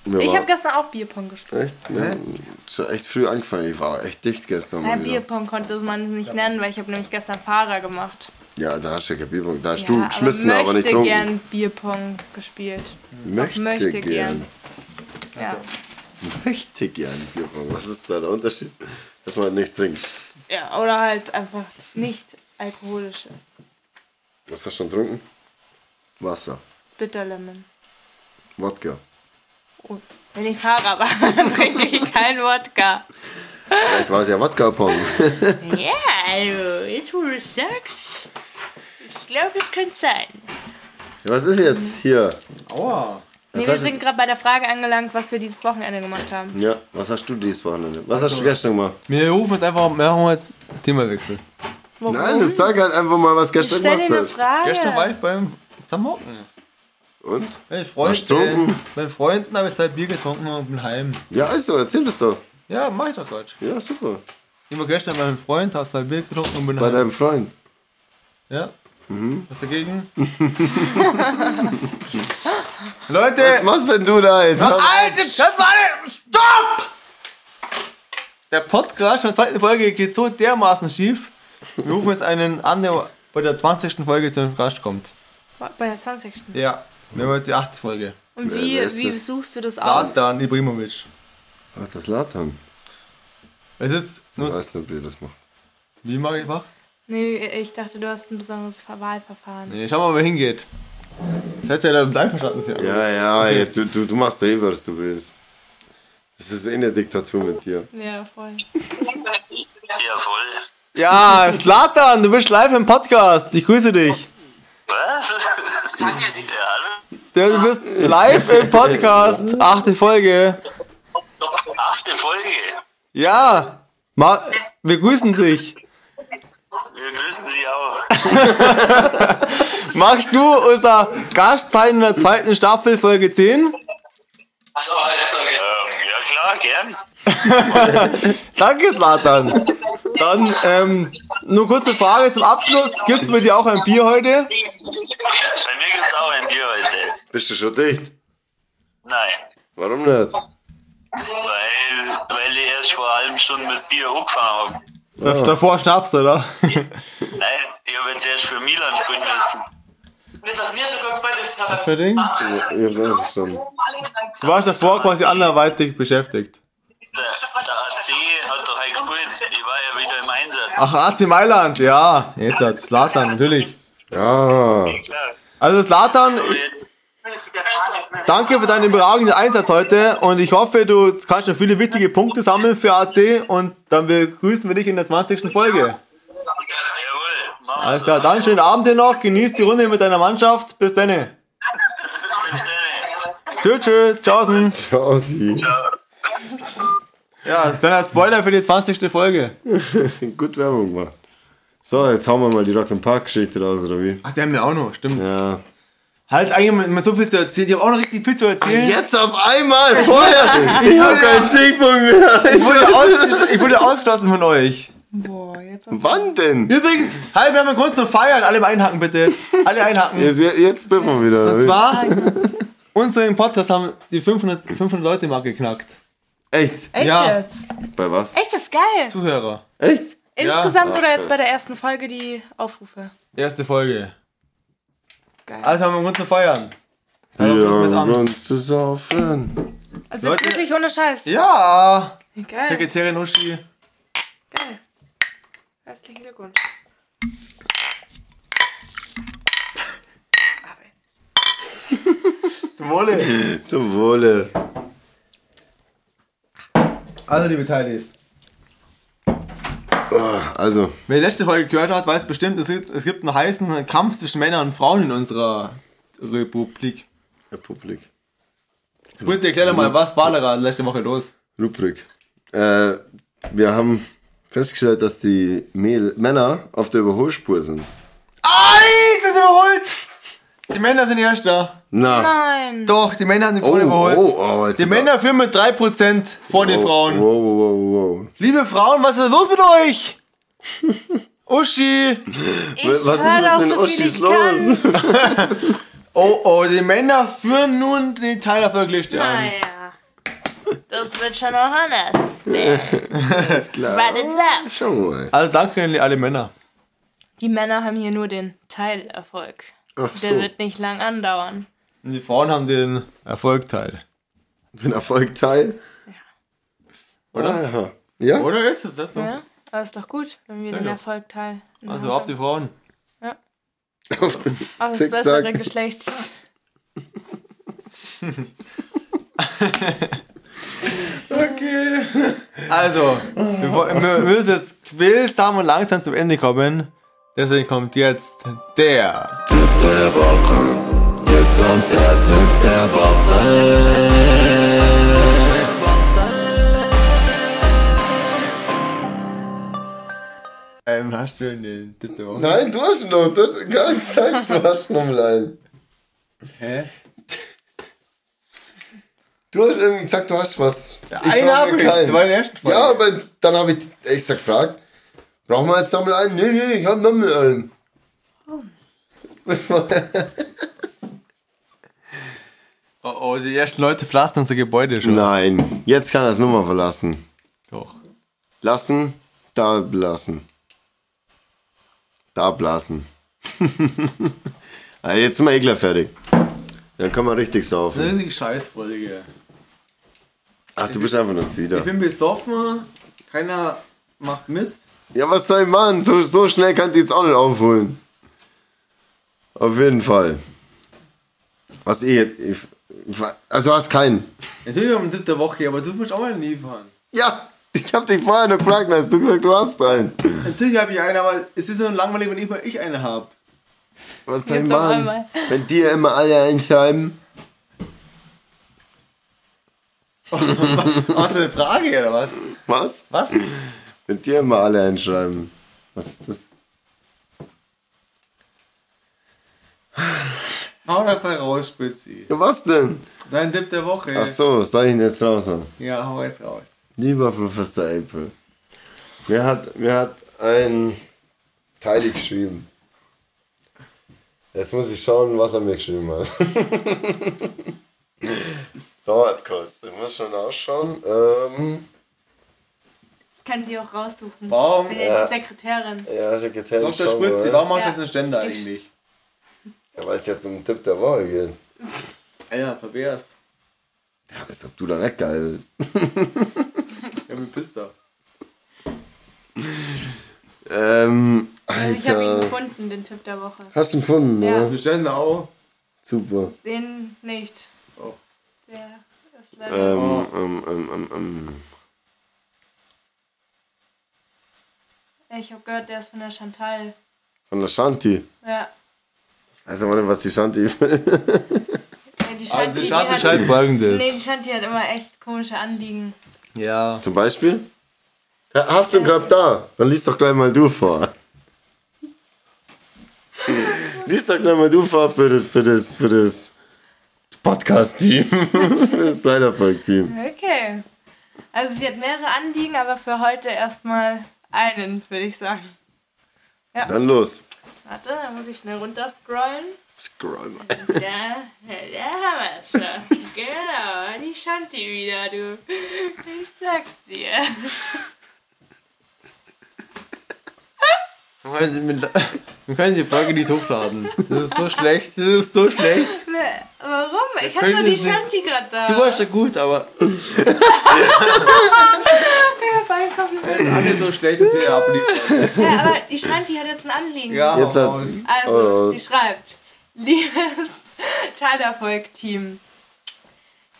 Speaker 4: Mir
Speaker 6: Ich
Speaker 4: war
Speaker 6: habe gestern auch Bierpong gespielt.
Speaker 4: Mhm. echt, ne, schon echt früh angefangen. Ich war echt dicht gestern. mal
Speaker 6: Nein,
Speaker 4: wieder.
Speaker 6: Bierpong konnte man nicht nennen, weil ich habe nämlich gestern Fahrer gemacht.
Speaker 4: Ja, da hast du ja kein Bierpong. Da hast
Speaker 6: Ja,
Speaker 4: du geschmissen, aber, nicht Mhm.
Speaker 6: möchte
Speaker 4: getrunken.
Speaker 6: gern Bierpong gespielt.
Speaker 4: Möchte,
Speaker 6: möchte
Speaker 4: gern.
Speaker 6: gern. Ja.
Speaker 4: Möchte gern Bierpong. Was ist da der Unterschied? Dass man halt nichts trinkt.
Speaker 6: ja. Oder halt einfach nicht alkoholisches.
Speaker 4: Was hast du schon getrunken? Wasser.
Speaker 6: Bitterlemon.
Speaker 4: Wodka.
Speaker 6: Oh. Wenn ich Fahrer war, dann trinke ich kein Wodka.
Speaker 4: Vielleicht war es ja Wodka-Pong.
Speaker 6: Ja, also, jetzt wo du es sagst, ich glaube, es könnte sein.
Speaker 4: Was ist jetzt hier?
Speaker 3: Aua.
Speaker 6: Nee, wir
Speaker 4: heißt,
Speaker 6: sind
Speaker 4: es-
Speaker 6: gerade bei der Frage angelangt, was wir dieses Wochenende gemacht haben.
Speaker 4: Ja, was hast du dieses Wochenende? Was hast du gestern gemacht?
Speaker 3: Wir rufen jetzt einfach, machen wir jetzt Themawechsel.
Speaker 6: Warum?
Speaker 4: Nein, jetzt sag halt einfach mal, was
Speaker 6: ich
Speaker 4: gestern
Speaker 6: stelle dir eine
Speaker 4: gemacht hast.
Speaker 6: Frage.
Speaker 3: Gestern war ich beim Samhocken.
Speaker 4: Und?
Speaker 3: Mein
Speaker 4: Hast
Speaker 3: Freund,
Speaker 4: du
Speaker 3: äh,
Speaker 4: getrunken?
Speaker 3: mein Freunden habe ich zwei Bier getrunken und bin heim.
Speaker 4: Ja, ist so, erzähl das doch.
Speaker 3: Ja, mach ich doch Gott.
Speaker 4: Ja, super.
Speaker 3: Ich war gestern bei meinem Freund, habe zwei Bier getrunken und bin
Speaker 4: Bei
Speaker 3: heim.
Speaker 4: deinem Freund.
Speaker 3: Ja. Was dagegen? Leute!
Speaker 4: Was machst denn du da jetzt?
Speaker 3: Alter, das war eine... Stopp! Der Podcast von der zweiten Folge geht so dermaßen schief. Wir rufen jetzt einen an, der bei der 20. Folge zu einem Gast kommt.
Speaker 6: Bei der 20.
Speaker 3: Ja. Wir haben jetzt die 8. Folge.
Speaker 6: Und
Speaker 4: Wer-
Speaker 6: wie,
Speaker 4: wer ist
Speaker 6: wie
Speaker 4: das?
Speaker 6: suchst du das aus?
Speaker 3: Latan Ibrimovic.
Speaker 4: Ach, das Latan.
Speaker 3: Es ist...
Speaker 4: Ich
Speaker 3: Nur,
Speaker 4: weiß nicht, wie ihr das macht.
Speaker 3: wie mache ich was?
Speaker 6: Nee, ich dachte, du hast ein besonderes Ver- Wahlverfahren.
Speaker 3: Nee, schauen wir mal, wer hingeht. Das heißt ja, der Bleiverstand ist ja.
Speaker 4: Ja, ja, ja du, du, du machst eh, was du willst. Das ist eh eine Diktatur mit dir.
Speaker 6: Ja, voll.
Speaker 7: Jawohl.
Speaker 3: Ja, Slatan, du bist live im Podcast. Ich grüße dich.
Speaker 7: Was? Ja, hallo?
Speaker 3: Du bist live im Podcast. Achte Folge.
Speaker 7: Achte Folge.
Speaker 3: Ja, Ma wir grüßen dich.
Speaker 7: Wir grüßen Sie auch.
Speaker 3: Magst du unser Gast sein in der zweiten Staffel, Folge 10?
Speaker 7: Achso, alles okay. Ähm, ja, klar, gern.
Speaker 3: Danke, Slatan. Dann ähm, nur kurze Frage zum Abschluss. Gibt's bei dir auch ein Bier heute?
Speaker 7: Bei mir gibt's auch ein Bier heute.
Speaker 4: Bist du schon dicht?
Speaker 7: Nein.
Speaker 4: Warum nicht?
Speaker 7: Weil, weil ich erst vor einer halben Stunde mit Bier hochgefahren habe.
Speaker 3: Da- Davor schnappst oder?
Speaker 7: Nein, ich habe jetzt erst für Milan spielen müssen.
Speaker 3: Für den?
Speaker 4: Ja, Ich hab's einfach verstanden.
Speaker 3: Du warst davor quasi anderweitig beschäftigt.
Speaker 7: Der, der AC hat doch heute gespielt. Ich war ja wieder im Einsatz.
Speaker 3: Ach, AC Mailand, ja. Jetzt hat Slatan, natürlich.
Speaker 4: Ja,
Speaker 7: Klar.
Speaker 3: Also Slatan,
Speaker 7: Aber jetzt,
Speaker 3: danke für deinen überragenden Einsatz heute und ich hoffe, du kannst noch viele wichtige Punkte sammeln für AC und dann begrüßen wir dich in der 20. Folge.
Speaker 7: jawohl. Machen
Speaker 3: Alles
Speaker 7: wir's.
Speaker 3: klar, dann schönen Abend dir noch. Genieß die Runde mit deiner Mannschaft. Bis dann.
Speaker 7: Bis dann.
Speaker 3: Tschüss, tschüss, tschaußen.
Speaker 4: ciao, sie.
Speaker 3: Ja, das ist ein kleiner Spoiler für die 20. Folge.
Speaker 4: Gut Werbung gemacht. So, jetzt hauen wir mal die Rock'n'Park-Geschichte raus, oder wie?
Speaker 3: Ach, der haben wir auch noch, stimmt.
Speaker 4: Ja.
Speaker 3: Halt eigentlich mal so viel zu erzählen. Ich habe auch noch richtig viel zu erzählen.
Speaker 4: Jetzt auf einmal! Vorher! Ich hab keinen Stichpunkt
Speaker 3: Ich
Speaker 4: mehr!
Speaker 3: wurde, ausgeschl- ich wurde ausgeschlossen von euch.
Speaker 6: Boah, jetzt auf
Speaker 4: Wann denn?
Speaker 3: Übrigens, halt, wir haben kurz zum Feiern. Alle einhaken bitte jetzt. Alle einhaken.
Speaker 4: Jetzt, jetzt dürfen wir wieder. oder
Speaker 3: Und
Speaker 4: wie?
Speaker 3: zwar, unseren Podcast haben die 500, 500 Leute mal geknackt.
Speaker 4: Echt?
Speaker 6: Echt
Speaker 3: Ja.
Speaker 6: jetzt?
Speaker 4: Bei was?
Speaker 6: Echt, das ist geil.
Speaker 3: Zuhörer.
Speaker 4: Echt?
Speaker 6: Insgesamt oder jetzt bei der ersten Folge die Aufrufe?
Speaker 3: Erste Folge.
Speaker 6: Geil.
Speaker 3: Also haben wir einen Grund zu feiern.
Speaker 4: Wir
Speaker 3: Darauf stoßen wir jetzt an.
Speaker 4: haben uns zu saufen.
Speaker 6: Also jetzt
Speaker 3: Leute-
Speaker 6: wirklich ohne Scheiß.
Speaker 3: Ja!
Speaker 6: Geil.
Speaker 3: Vegetarier Nuschi.
Speaker 6: Geil. Herzlichen Glückwunsch.
Speaker 3: Zum Wohle.
Speaker 4: Zum Wohle.
Speaker 3: Also, liebe Teilis.
Speaker 4: Ah, Also,
Speaker 3: Wer die letzte Folge gehört hat, weiß bestimmt, es gibt, es gibt einen heißen Kampf zwischen Männern und Frauen in unserer Republik.
Speaker 4: Republik.
Speaker 3: Bitte erklär doch mal, was war da gerade letzte Woche los?
Speaker 4: Rubrik. Äh, wir haben festgestellt, dass die Mädel Männer auf der Überholspur sind.
Speaker 3: Ei, das ist überholt! Die Männer sind erst da.
Speaker 4: Na.
Speaker 6: Nein.
Speaker 3: Doch, die Männer haben die Frauen überholt.
Speaker 4: oh, jetzt
Speaker 3: Die Männer führen mit 3% vor die Frauen.
Speaker 4: Wow, wow, wow,
Speaker 3: Liebe Frauen, was ist los mit euch? Uschi!
Speaker 6: Ich
Speaker 4: wow. Was ist
Speaker 6: hör doch
Speaker 4: mit den
Speaker 6: so viel
Speaker 4: Uschis
Speaker 6: ich kann.
Speaker 4: los?
Speaker 3: Oh oh, die Männer führen nun die Teilerfolgliste an.
Speaker 5: Naja. Das wird schon noch anders. Alles
Speaker 4: klar.
Speaker 5: Warte ab.
Speaker 4: Schauen wir mal.
Speaker 3: Also danke an alle Männer.
Speaker 6: Die Männer haben hier nur den Teilerfolg.
Speaker 4: Ach
Speaker 6: Der
Speaker 4: so,
Speaker 6: wird nicht lang andauern.
Speaker 3: Und die Frauen haben den Erfolgteil.
Speaker 4: den Erfolg teil. Oder? Ja. ja?
Speaker 3: Oder ist es das so?
Speaker 6: Ja? Aber ist doch gut, wenn wir den
Speaker 3: doch.
Speaker 6: Erfolg teilen.
Speaker 3: Also auf die Frauen.
Speaker 6: Auf das
Speaker 4: Zick,
Speaker 6: bessere
Speaker 4: zack.
Speaker 6: Geschlecht.
Speaker 3: Okay. Also, wir, wo- wir müssen jetzt quälsam und langsam zum Ende kommen. Deswegen kommt jetzt der. Ähm, hast du den Tipp der Woche?
Speaker 4: Nein, du hast noch, du hast gar nicht gesagt, du hast nochmal einen.
Speaker 3: Hä?
Speaker 4: Du hast irgendwie gesagt, du hast was. Ich
Speaker 3: Einen
Speaker 4: brauch
Speaker 3: habe ich,
Speaker 4: keinen.
Speaker 3: das war in der ersten Folge.
Speaker 4: Ja, aber dann habe ich echt gefragt, brauchen wir jetzt nochmal einen? Nee, nee, ich habe nochmal einen.
Speaker 3: Oh oh, die ersten Leute pflastern unser Gebäude schon.
Speaker 4: Nein, jetzt kann er es nur mal verlassen.
Speaker 3: Doch.
Speaker 4: Lassen, da lassen. Da blasen. Ah, jetzt sind wir eh gleich fertig. Dann kann man richtig
Speaker 3: Das
Speaker 4: saufen.
Speaker 3: ist eine Scheißfolge.
Speaker 4: Ach, du bist einfach nur
Speaker 3: Ich
Speaker 4: wieder.
Speaker 3: bin besoffen, keiner macht mit.
Speaker 4: Ja, was soll ich machen? So, so schnell kann ich jetzt auch nicht aufholen. Auf jeden Fall. Was ich jetzt. Ich, ich, wa- also hast keinen.
Speaker 3: Natürlich haben wir einen Tipp der Woche, aber du musst auch mal liefern.
Speaker 4: Ja, ich hab dich vorher noch gefragt, dann hast du gesagt, du hast einen.
Speaker 3: Natürlich habe ich einen, aber es ist nur langweilig, wenn ich mal ich einen habe.
Speaker 4: Was soll ich
Speaker 6: Jetzt auf
Speaker 4: machen?
Speaker 6: einmal.
Speaker 4: Wenn die ja immer alle einschreiben.
Speaker 3: Hast du eine Frage oder was?
Speaker 4: Was?
Speaker 3: Was?
Speaker 4: Wenn die immer alle einschreiben. Was ist das?
Speaker 3: Hau dabei raus, Spitzi.
Speaker 4: Ja, was denn?
Speaker 3: Dein Tipp der Woche.
Speaker 4: Ach so, soll ich ihn jetzt raus haben?
Speaker 3: Ja, hau jetzt raus.
Speaker 4: Lieber Professor April. Mir hat, mir hat ein Teil geschrieben. Jetzt muss ich schauen, was er mir geschrieben hat. Es dauert kurz. Ich muss schon ausschauen. Ähm,
Speaker 6: Ich kann die auch raussuchen. Ich
Speaker 3: Warum?
Speaker 6: bin ja die Sekretärin.
Speaker 4: ja, ich hab geteilt.
Speaker 3: Dr.
Speaker 4: schauen wir mal.
Speaker 3: Spitzi, warum machst du
Speaker 6: Ja.
Speaker 3: jetzt einen Ständer eigentlich?
Speaker 4: Ja, weil es jetzt um den Tipp der Woche geht.
Speaker 3: Alter, probier's.
Speaker 4: Ja, als ob du da nicht geil bist.
Speaker 3: Ich habe eine Pizza.
Speaker 4: Ähm,
Speaker 6: Also ich habe ihn
Speaker 4: Alter.
Speaker 6: gefunden, den Tipp der Woche.
Speaker 4: Hast du ihn gefunden,
Speaker 6: Ja.
Speaker 4: oder?
Speaker 3: Wir stellen da auch.
Speaker 4: Super.
Speaker 6: Den nicht.
Speaker 3: Oh.
Speaker 6: Der ist leider.
Speaker 4: Ähm,
Speaker 3: Oh.
Speaker 4: ähm, ähm, ähm, ähm.
Speaker 6: Ich habe gehört, der ist von der Chantal.
Speaker 4: Von der Shanti.
Speaker 6: Ja.
Speaker 4: Also, warte, was die Shanti Ah,
Speaker 6: ja die Shanti,
Speaker 3: Also,
Speaker 6: die
Speaker 3: Schatten
Speaker 6: hat,
Speaker 3: scheint
Speaker 6: nee, die
Speaker 3: folgendes.
Speaker 6: Shanti hat immer echt komische Anliegen.
Speaker 3: Ja.
Speaker 4: Zum Beispiel? Ja, Hast du ihn gerade da? Dann liest doch gleich mal du vor. lies doch gleich mal du vor für das, für das, für das Podcast-Team. für das Teilerfolg-Team.
Speaker 6: Okay. Also sie hat mehrere Anliegen, aber für heute erstmal einen, würde ich sagen.
Speaker 4: Dann los.
Speaker 6: Warte, da muss ich schnell runterscrollen.
Speaker 4: Scroll mal.
Speaker 6: Da, da haben wir es schon. Genau, die Shanti wieder, du. Ich sag's dir.
Speaker 3: Wir können mit- wir können die Folge nicht hochladen. Das ist so schlecht, das ist so schlecht.
Speaker 6: Ne, warum? Ich hatte
Speaker 3: können
Speaker 6: doch die
Speaker 3: das nicht-
Speaker 6: Shanti gerade da.
Speaker 3: Du warst ja gut, aber
Speaker 6: Ja, beide kommen mit.
Speaker 3: alle so schlecht, dass wir abliefern.
Speaker 6: Ja, aber die Shanti hat jetzt ein Anliegen.
Speaker 3: Ja,
Speaker 4: Jetzt
Speaker 3: hau
Speaker 4: hat-
Speaker 3: raus.
Speaker 6: Also,
Speaker 4: Oh.
Speaker 6: sie schreibt, liebes Teilerfolg-Team,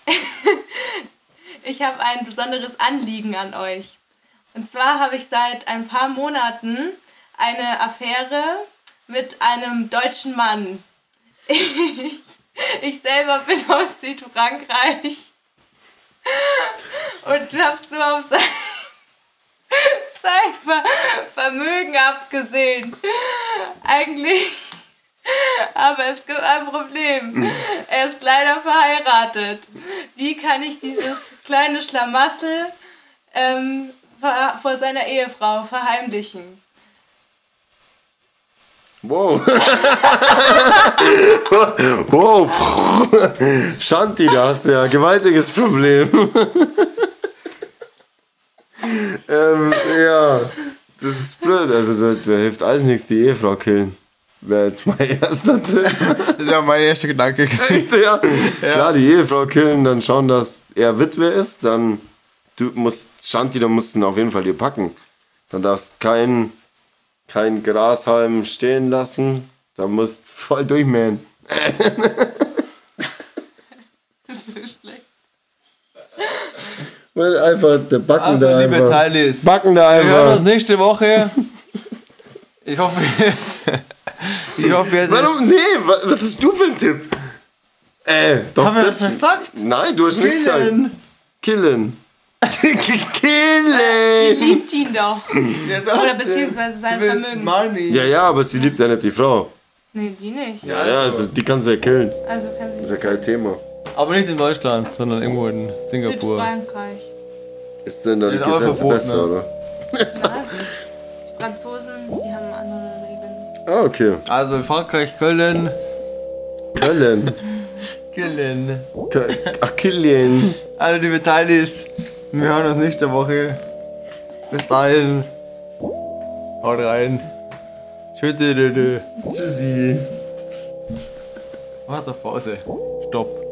Speaker 6: ich habe ein besonderes Anliegen an euch. Und zwar habe ich seit ein paar Monaten eine Affäre mit einem deutschen Mann. Ich, ich selber bin aus Südfrankreich und hab's nur auf sein, sein Ver- Vermögen abgesehen eigentlich. Aber es gibt ein Problem. Er ist leider verheiratet. Wie kann ich dieses kleine Schlamassel ähm, vor, vor seiner Ehefrau verheimlichen?
Speaker 4: Wow. wow. Shanti, da hast du ja ein gewaltiges Problem. ähm, ja. Das ist blöd. Also, da, da hilft alles nichts, die Ehefrau killen. Wäre jetzt mein erster Tipp.
Speaker 3: Das wäre mein erster Gedanke.
Speaker 4: ja. Klar, die Ehefrau killen, dann schauen, dass er Witwe ist, dann du musst, Shanti, dann musst du ihn auf jeden Fall dir packen. Dann darfst kein, kein Grashalm stehen lassen, dann musst voll durchmähen.
Speaker 6: Das ist so schlecht.
Speaker 4: Weil einfach, der Backen
Speaker 3: Also,
Speaker 4: da
Speaker 3: liebe
Speaker 4: einfach.
Speaker 3: Teilis, wir
Speaker 4: Backen da
Speaker 3: hören uns
Speaker 4: einfach.
Speaker 3: nächste Woche. Ich hoffe, ich hoffe, wir
Speaker 4: Warum? Nee, wa- was ist du für ein Tipp? Äh, doch.
Speaker 3: Haben wir das
Speaker 4: das-
Speaker 3: schon gesagt?
Speaker 4: Nein, du hast nichts gesagt.
Speaker 3: Killen.
Speaker 4: Killen. Killen!
Speaker 6: Liebt ihn doch.
Speaker 3: Ja,
Speaker 6: Oder
Speaker 3: trotzdem.
Speaker 6: beziehungsweise sein
Speaker 3: Du bist
Speaker 6: Vermögen.
Speaker 3: Money.
Speaker 4: Ja, ja, aber sie liebt ja nicht die Frau.
Speaker 6: Nee, die nicht.
Speaker 4: Ja, ja, also die kannst du ja killen.
Speaker 6: Also kann
Speaker 4: Ist
Speaker 6: sie
Speaker 4: ja kein Thema.
Speaker 3: Aber nicht in Deutschland, sondern irgendwo in Singapur.
Speaker 6: Südfrankreich.
Speaker 4: Ist denn da die
Speaker 3: Ist auch
Speaker 4: Gesetze
Speaker 3: verboten,
Speaker 4: besser,
Speaker 3: ne?
Speaker 4: oder?
Speaker 6: Die Franzosen, die haben andere Regeln.
Speaker 4: Ah, okay.
Speaker 3: Also in Frankreich, Köln.
Speaker 4: Köln.
Speaker 3: Killen.
Speaker 4: Kö- Ach, Kilian.
Speaker 3: Also liebe Teilis, wir hören uns nächste Woche. Bis dahin. Haut rein. Tschüssi.
Speaker 4: Tschüssi.
Speaker 3: Warte, Pause. Stopp.